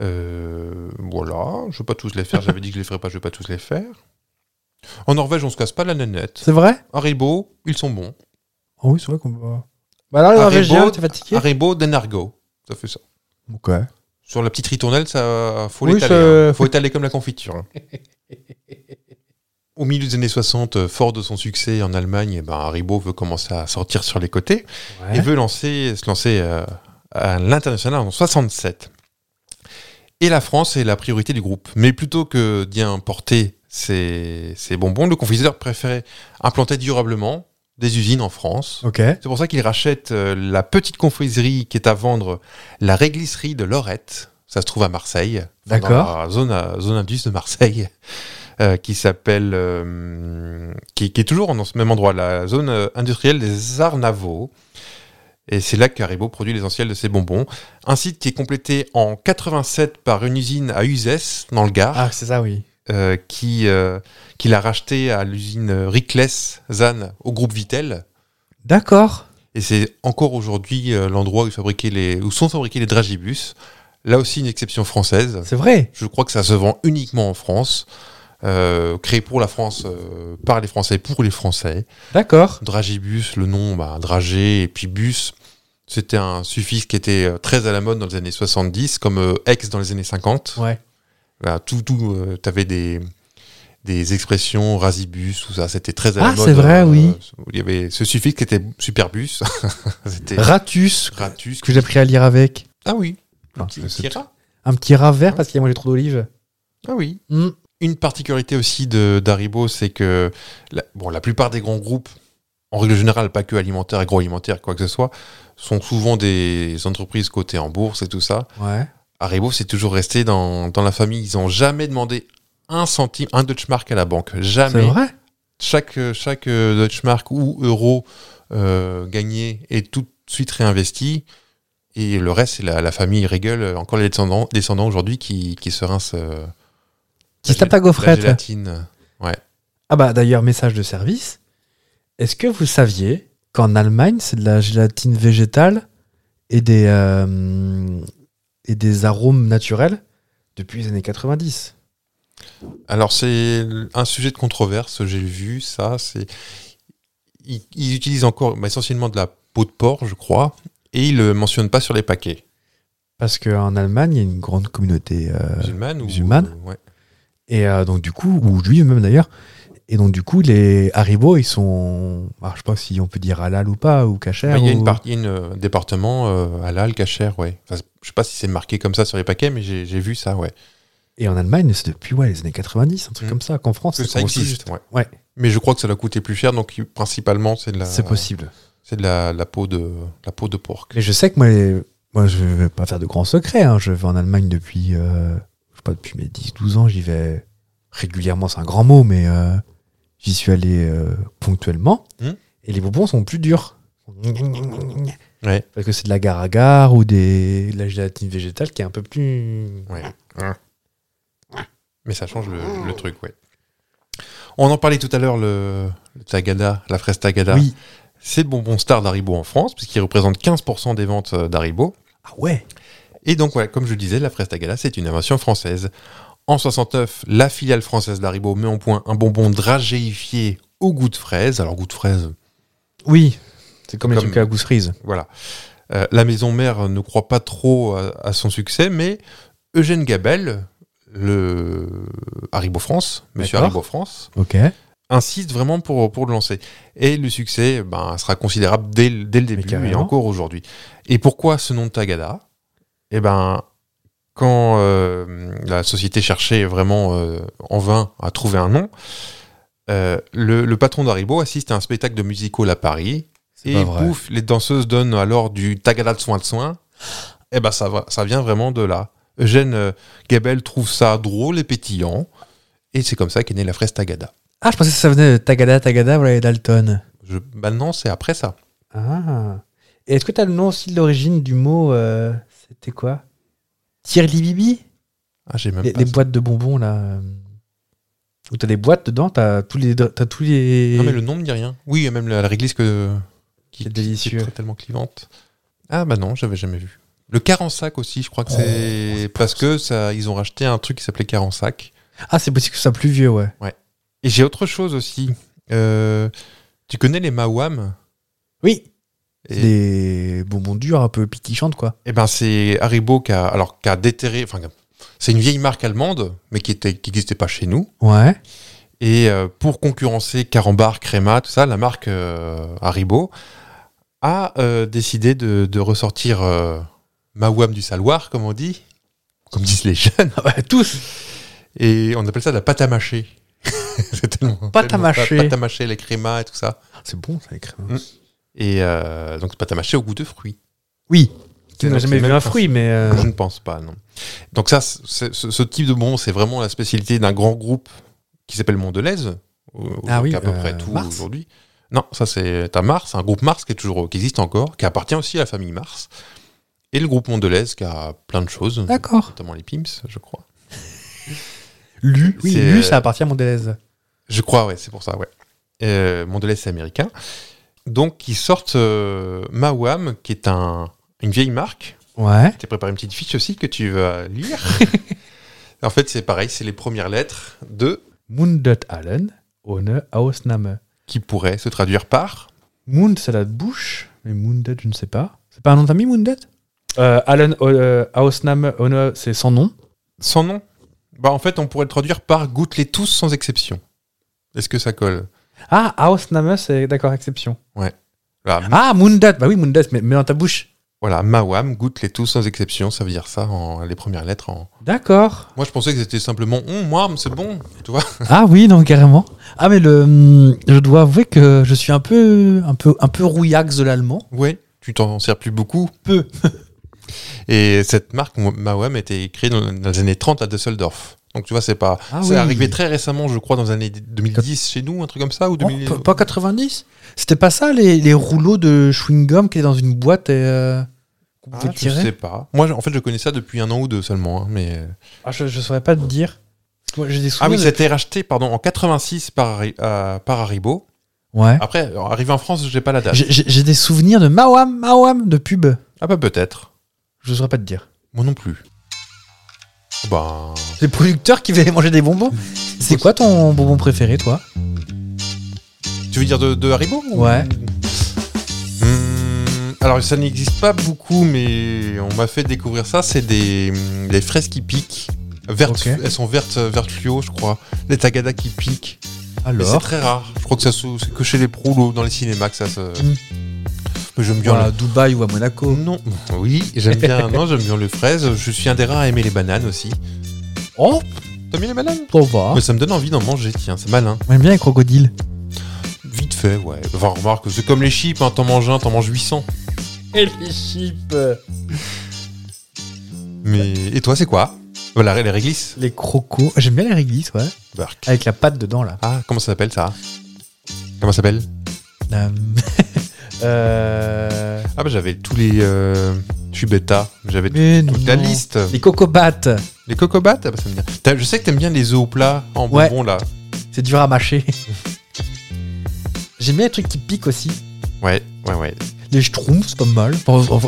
C: Euh, voilà. Je ne vais pas tous
A: (laughs)
C: les faire. J'avais dit que je les ferais pas. Je ne vais pas tous les faire. En Norvège, on se casse pas la nanette.
A: C'est vrai
C: Haribo, ils sont bons.
A: Ah oui, c'est vrai qu'on va. Bah alors, les
C: Haribo-
A: Norvégiens, t'es fatigué
C: Haribo d'Enargo. Ça fait ça.
A: Ok.
C: Sur la petite ritournelle, ça faut
A: Oui,
C: l'étaler.
A: ça-
C: hein. Faut étaler comme la
A: (laughs)
C: confiture. hein. Au milieu des années 60, euh, fort de son succès en Allemagne, eh ben, Haribo veut commencer à sortir sur les côtés
A: Ouais.
C: et veut lancer, se lancer euh, à l'international en 67. Et la France est la priorité du groupe. Mais plutôt que d'y importer ses, ses bonbons, le confiseur préférait implanter durablement des usines en France.
A: Ok.
C: C'est pour ça qu'il rachète euh, la petite confiserie qui est à vendre, la réglisserie de Lorette. Ça se trouve à Marseille. Enfin,
A: D'accord.
C: Dans la zone, à- zone indus de Marseille, euh, qui s'appelle. euh, qui, qui est toujours dans ce même endroit, la zone euh, industrielle des Arnavaux. Et c'est là qu'Aribo produit l'essentiel de ses bonbons. Un site qui est complété en 87 par une usine à Uzès, dans le Gard
A: Ah, c'est ça, oui.
C: euh, qui, euh, qu'il a racheté à l'usine Rickless Zan au groupe Vitel.
A: D'accord.
C: Et c'est encore aujourd'hui euh, l'endroit où, est fabriqué les- où sont fabriqués les dragibus. Là aussi une exception française.
A: C'est vrai.
C: Je crois que ça se vend uniquement en France. euh, créé pour la France, euh, par les Français, pour les Français.
A: D'accord.
C: Dragibus, le nom, bah, dragé, et puis bus, c'était un suffixe qui était euh, très à la mode dans les années 70, comme euh, ex dans les années 50.
A: Ouais.
C: Bah, tout, tout, euh, t'avais des, des expressions, rasibus, tout ça, c'était très à la
A: Ah,
C: mode. euh,
A: c'est vrai, oui.
C: Il y avait ce suffixe qui était superbus, (laughs) c'était
A: Ratus,
C: ratus.
A: ce que j'ai appris à lire avec.
C: Ah oui,
A: Ah,
C: Petit-
A: c'est-
C: petit rat.
A: Un petit rat vert parce qu'il a mangé trop d'olives.
C: Ah oui.
A: Hmm.
C: Une particularité aussi de d'Haribo, c'est que la, bon, la plupart des grands groupes, en règle générale, pas que alimentaire, agroalimentaire, quoi que ce soit, sont souvent des entreprises cotées en bourse et tout ça.
A: Ouais.
C: Haribo, c'est toujours resté dans, dans la famille. Ils n'ont jamais demandé un centime, un Deutschmark à la banque.
A: C'est
C: Jamais.
A: vrai.
C: Chaque, chaque euh, Deutschmark ou euro euh, gagné est tout de suite réinvesti. Et le reste, c'est la, la famille Regal, euh, encore les descendants, descendants aujourd'hui, qui, qui se rincent. euh,
A: Qui
C: la
A: se tape la
C: la
A: gaufrette.
C: gélatine.
A: Ah bah d'ailleurs, message de service. Est-ce que vous saviez qu'en Allemagne, c'est de la gélatine végétale et des, euh, et des arômes naturels depuis les années 90
C: Alors, c'est un sujet de controverse, j'ai vu ça. C'est ils, ils utilisent encore bah, essentiellement de la peau de porc, je crois, et ils le mentionnent pas sur les paquets.
A: Parce qu'en Allemagne, il y a une grande communauté euh,
C: Musulmane ou
A: musulmane.
C: ouais.
A: Et euh, donc du coup, ou juive même d'ailleurs. Et donc du coup, les Haribo, ils sont, alors, je sais pas si on peut dire halal ou pas, ou cachère.
C: Bah, Il y a une
A: ou-
C: partie, une euh, département euh, halal, cachère, ouais. Enfin, c'est- je sais pas si c'est marqué comme ça sur les paquets, mais j'ai j'ai vu ça, ouais.
A: Et en Allemagne, c'est depuis ouais, les années 90, un truc
C: Mm.
A: comme ça, qu'en France,
C: Que
A: c'est
C: ça
A: qu'on refuse.
C: existe, ouais.
A: Ouais.
C: Mais je crois que ça l'a coûté plus cher, donc il- principalement c'est de la,
A: C'est possible.
C: c'est de la, la peau de la peau de porc.
A: Mais je sais que moi, les- moi je vais pas faire de grands secrets. hein. Je vais en Allemagne depuis, euh, je sais pas, depuis mes 10-12 ans, j'y vais régulièrement, c'est un grand mot, mais euh, j'y suis allé euh, ponctuellement.
C: Mm.
A: Et les bonbons sont plus durs.
C: Ouais.
A: Parce que c'est de la gare à gare ou des, de la gélatine végétale qui est un peu plus.
C: Ouais. Mais ça change le, le truc, ouais. On en parlait tout à l'heure, le, le Tagada, la fraise Tagada.
A: Oui.
C: C'est le bonbon star d'Haribo en France, puisqu'il représente 15% des ventes euh, d'Haribo.
A: Ah ouais
C: Et donc, voilà, comme je le disais, la fraise Tagada, c'est une invention française. En 69, la filiale française d'Haribo met en point un bonbon dragéifié au goût de fraise. Alors, goût de fraise,
A: Oui. C'est comme, les
C: Comme-
A: trucs à la gousse frise.
C: voilà. Euh, la maison mère ne croit pas trop à, à son succès, mais Eugène Gabel, le Haribo France, monsieur
A: D'accord.
C: Haribo France,
A: Ok.
C: insiste vraiment pour, pour le lancer. Et le succès ben, sera considérable dès, le- dès le début et
A: carrément.
C: encore aujourd'hui. Et pourquoi ce nom de Tagada Eh ben, quand euh, la société cherchait vraiment euh, en vain à trouver un nom, euh, le, le patron d'Haribo assiste à un spectacle de music hall à Paris.
A: C'est
C: Et
A: pas vrai.
C: pouf, les danseuses donnent alors du Tagada de soin de soin. Eh ben ça, va, ça vient vraiment de là. Eugène euh, Gabel trouve ça drôle et pétillant, et c'est comme ça qu'est née la fraise Tagada.
A: Ah, je pensais que ça venait de Tagada, Tagada, voilà, et Dalton.
C: Je, maintenant, c'est après ça.
A: Ah. Et est-ce que tu as le nom aussi de l'origine du mot euh, C'était quoi Tirli Bibi
C: Ah, j'ai même
A: les,
C: pas
A: les
C: ça.
A: boîtes de bonbons, là. euh, Où t'as des boîtes dedans, t'as tous les. T'as tous les...
C: Non, mais le nom me dit rien. Oui, il y a même la, la réglisse que, qui,
A: C'est
C: qui- qui
A: délicieux.
C: est très- tellement clivante. Ah bah non, j'avais jamais vu. Le Carensac aussi, je crois que
A: Oh,
C: c'est parce que ça, ils ont racheté un truc qui s'appelait Carensac.
A: Ah, c'est possible que ce soit plus vieux, ouais.
C: Et j'ai autre chose aussi. Euh, tu connais les Mawam
A: Oui.
C: Et-
A: Des bonbons durs, un peu piquichantes, quoi.
C: Eh ben, c'est Haribo qui a, alors, qui a déterré. Enfin, c'est une vieille marque allemande, mais qui était, qui n'existait pas chez nous.
A: Ouais.
C: Et euh, pour concurrencer Carambar, Créma, tout ça, la marque euh, Haribo a euh, décidé de, de ressortir euh, Mawam du saloir, comme on dit, comme disent les jeunes. (laughs)
A: tous
C: Et on appelle ça de la pâte à mâcher. (laughs) C'est tellement.
A: Pâte à
C: tellement-
A: mâcher.
C: Pâte à mâcher, les crémas et tout ça.
A: Ah, C'est bon, ça, hein. les crèmes.
C: Mm. Et euh, donc, pâte à mâcher au goût de fruits.
A: Oui. Tu
C: C'est-
A: n'as jamais
C: donc, c'est le
A: vu
C: même
A: un fruit, mais. euh,
C: Je ne pense pas, non. Donc ça, c'est- c'est- ce, ce type de bonbon, c'est vraiment la spécialité d'un grand groupe qui s'appelle Mondelez, au- au-
A: Ah oui,
C: qui a à peu
A: euh,
C: près tout
A: Mars
C: aujourd'hui. Non, ça c'est à Mars, un groupe Mars qui, est toujours, qui existe encore, qui appartient aussi à la famille Mars. Et le groupe Mondelez qui a plein de choses,
A: D'accord.
C: notamment les Pimps, je crois.
A: Lu. Oui,
C: C'est,
A: Lu,
C: euh,
A: ça appartient à Mondelez.
C: Je crois, ouais, c'est pour ça, ouais. Euh, Mondelez, c'est américain. Donc, ils sortent euh, Mawam, qui est un, une vieille marque.
A: Ouais.
C: Je t'ai préparé une petite fiche aussi que tu vas lire. en fait, c'est pareil, c'est les premières lettres de
A: Mundot Allen, ohne Ausnahme.
C: qui pourrait se traduire par.
A: Mund, c'est la bouche, mais Mundet, je ne sais pas. C'est pas un nom de famille, Mundet euh, Allen euh, Ausnahme, ohne, c'est sans nom.
C: Sans nom. Bah, en fait, on pourrait le traduire par goûte-les tous sans exception. Est-ce que ça colle
A: Ah, Ausnahme, c'est d'accord, exception.
C: voilà, m-
A: Ah, Mundet, bah oui, Mundet, mais, mais dans ta bouche.
C: voilà, Mawam, goûte-les tous sans exception, ça veut dire ça, en, les premières lettres. En...
A: D'accord.
C: Moi, je pensais que c'était simplement on, moi, mais c'est bon, tu vois.
A: (laughs) ah oui, non, carrément. Ah, mais le, hum, je dois avouer que je suis un peu, un peu, un peu rouillax de l'allemand.
C: Ouais, tu t'en sers plus beaucoup Peu. (laughs) Et cette marque, Mawam, a été créée dans, dans les années 30 à Düsseldorf. Donc tu vois, c'est pas.
A: Ah
C: c'est
A: oui.
C: arrivé très récemment, je crois, dans les années 2010 chez nous, un truc comme ça, ou
A: Oh,
C: 2000.
A: pas- pas 90 C'était pas ça, les, les rouleaux de chewing-gum qui étaient dans une boîte et. euh, qu'on
C: Ah,
A: pouvait
C: je
A: tirer
C: sais pas. Moi, je- en fait, je connais ça depuis un an ou deux seulement. hein, mais...
A: Ah, je, je saurais pas te dire. Moi, j'ai des
C: Ah oui,
A: souvenirs
C: ça a été racheté pardon, en 86 par, Harry- euh, par Haribo.
A: de- Ouais.
C: Après, alors, arrivé en France, j'ai pas la date.
A: J'ai- J'ai j'ai des souvenirs de Mawam, Mawam de pub.
C: Ah bah peut-être.
A: Je saurais pas te dire.
C: Moi non plus. Ben.
A: Les producteurs qui venaient manger des bonbons. C'est quoi ton bonbon préféré, toi
C: Tu veux dire de, de Haribo ou-
A: Ouais.
C: Hum, alors ça n'existe pas beaucoup, mais on m'a fait découvrir ça. C'est des, hum, des fraises qui piquent. Vertes,
A: Ok.
C: Elles sont vertes, euh, vertes fluo, je crois. Des tagadas qui piquent. Mais c'est très rare. Je crois que ça se- c'est que chez les pros ou dans les cinémas que ça se.
A: Mm.
C: Mais j'aime bien.
A: Ou à Dubaï ou à Monaco.
C: le... Non, oui, j'aime
A: (laughs)
C: bien. non, j'aime bien les fraises. Je suis un des rares à aimer les bananes aussi.
A: Oh,
C: T'as mis les bananes
A: ça va.
C: Mais ça me donne envie d'en manger. Tiens, c'est malin.
A: On aime bien les crocodiles.
C: Vite fait, ouais. Enfin, remarque, c'est comme les chips. Hein. T'en manges un, t'en manges 800.
A: Et les chips
C: Mais et toi, c'est quoi Voilà, les réglisses.
A: Les crocos. J'aime bien les réglisses, ouais.
C: Bark.
A: Avec la pâte dedans, là.
C: Ah, comment ça s'appelle ça Comment ça s'appelle
A: Euh, (laughs) euh,
C: Ah bah j'avais tous les... euh, Je suis bêta, j'avais
A: Mais
C: toute la
A: non.
C: liste.
A: Les cocobates.
C: Les cocobates, ah bah ça me dit- T'as- Je sais que t'aimes bien les œufs au plat en
A: Ouais.
C: bonbon là.
A: C'est dur à mâcher. (laughs) J'aime bien les trucs qui piquent aussi.
C: Ouais, ouais, ouais.
A: Les schtroumpfs, c'est pas mal. En, en-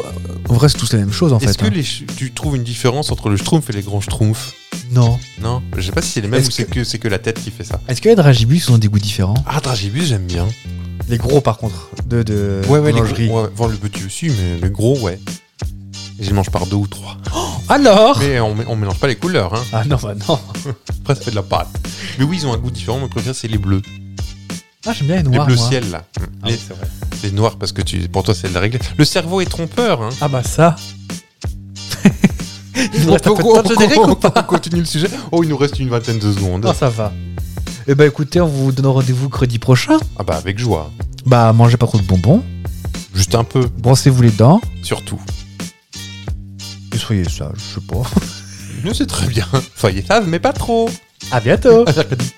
A: en vrai, c'est tous la même chose, en
C: Est-ce
A: fait.
C: que
A: hein.
C: les ch- tu trouves une différence entre le schtroumpf et les grands schtroumpfs
A: Non.
C: Non Je sais pas si c'est les mêmes
A: Est-ce
C: ou c'est que, c'est que la tête qui fait ça.
A: Est-ce que les dragibus ont des goûts différents
C: Ah, Dragibus, j'aime bien.
A: Les gros, par contre, de, de
C: Ouais, ouais, les gros,
A: boulangerie.
C: ouais, ouais. Enfin, le petit aussi, mais le gros, ouais. Et je les mange par deux ou trois.
A: Alors
C: (laughs) Mais on, mé- on mélange pas les couleurs, hein.
A: Ah non, bah non.
C: Après, ça fait de la pâte. Mais oui, ils ont un goût différent. Mon préféré, c'est les bleus.
A: Ah, j'aime bien les
C: Les
A: noirs,
C: bleus
A: moi.
C: ciel, là.
A: Ah,
C: Les-
A: oui, c'est vrai.
C: Les noirs, parce que tu, pour toi, c'est de la règle. Le cerveau est (laughs) trompeur. Hein.
A: Ah bah (laughs) ça. Il nous reste un peu de
C: On
A: temps de
C: peut-
A: générique
C: on
A: ou
C: peut- on
A: pas
C: continue le sujet. Ah. Oh, il nous reste une vingtaine de secondes.
A: Non, ça va. Eh bah écoutez, on vous donne rendez-vous mercredi prochain.
C: Ah bah, avec joie.
A: Bah, mangez pas trop de bonbons,
C: Juste un peu,
A: brossez-vous les dents,
C: surtout.
A: soyez sage, je sais pas.
C: Nous, c'est très bien. Soyez sages, mais pas trop.
A: À bientôt (laughs)
C: À mercredi.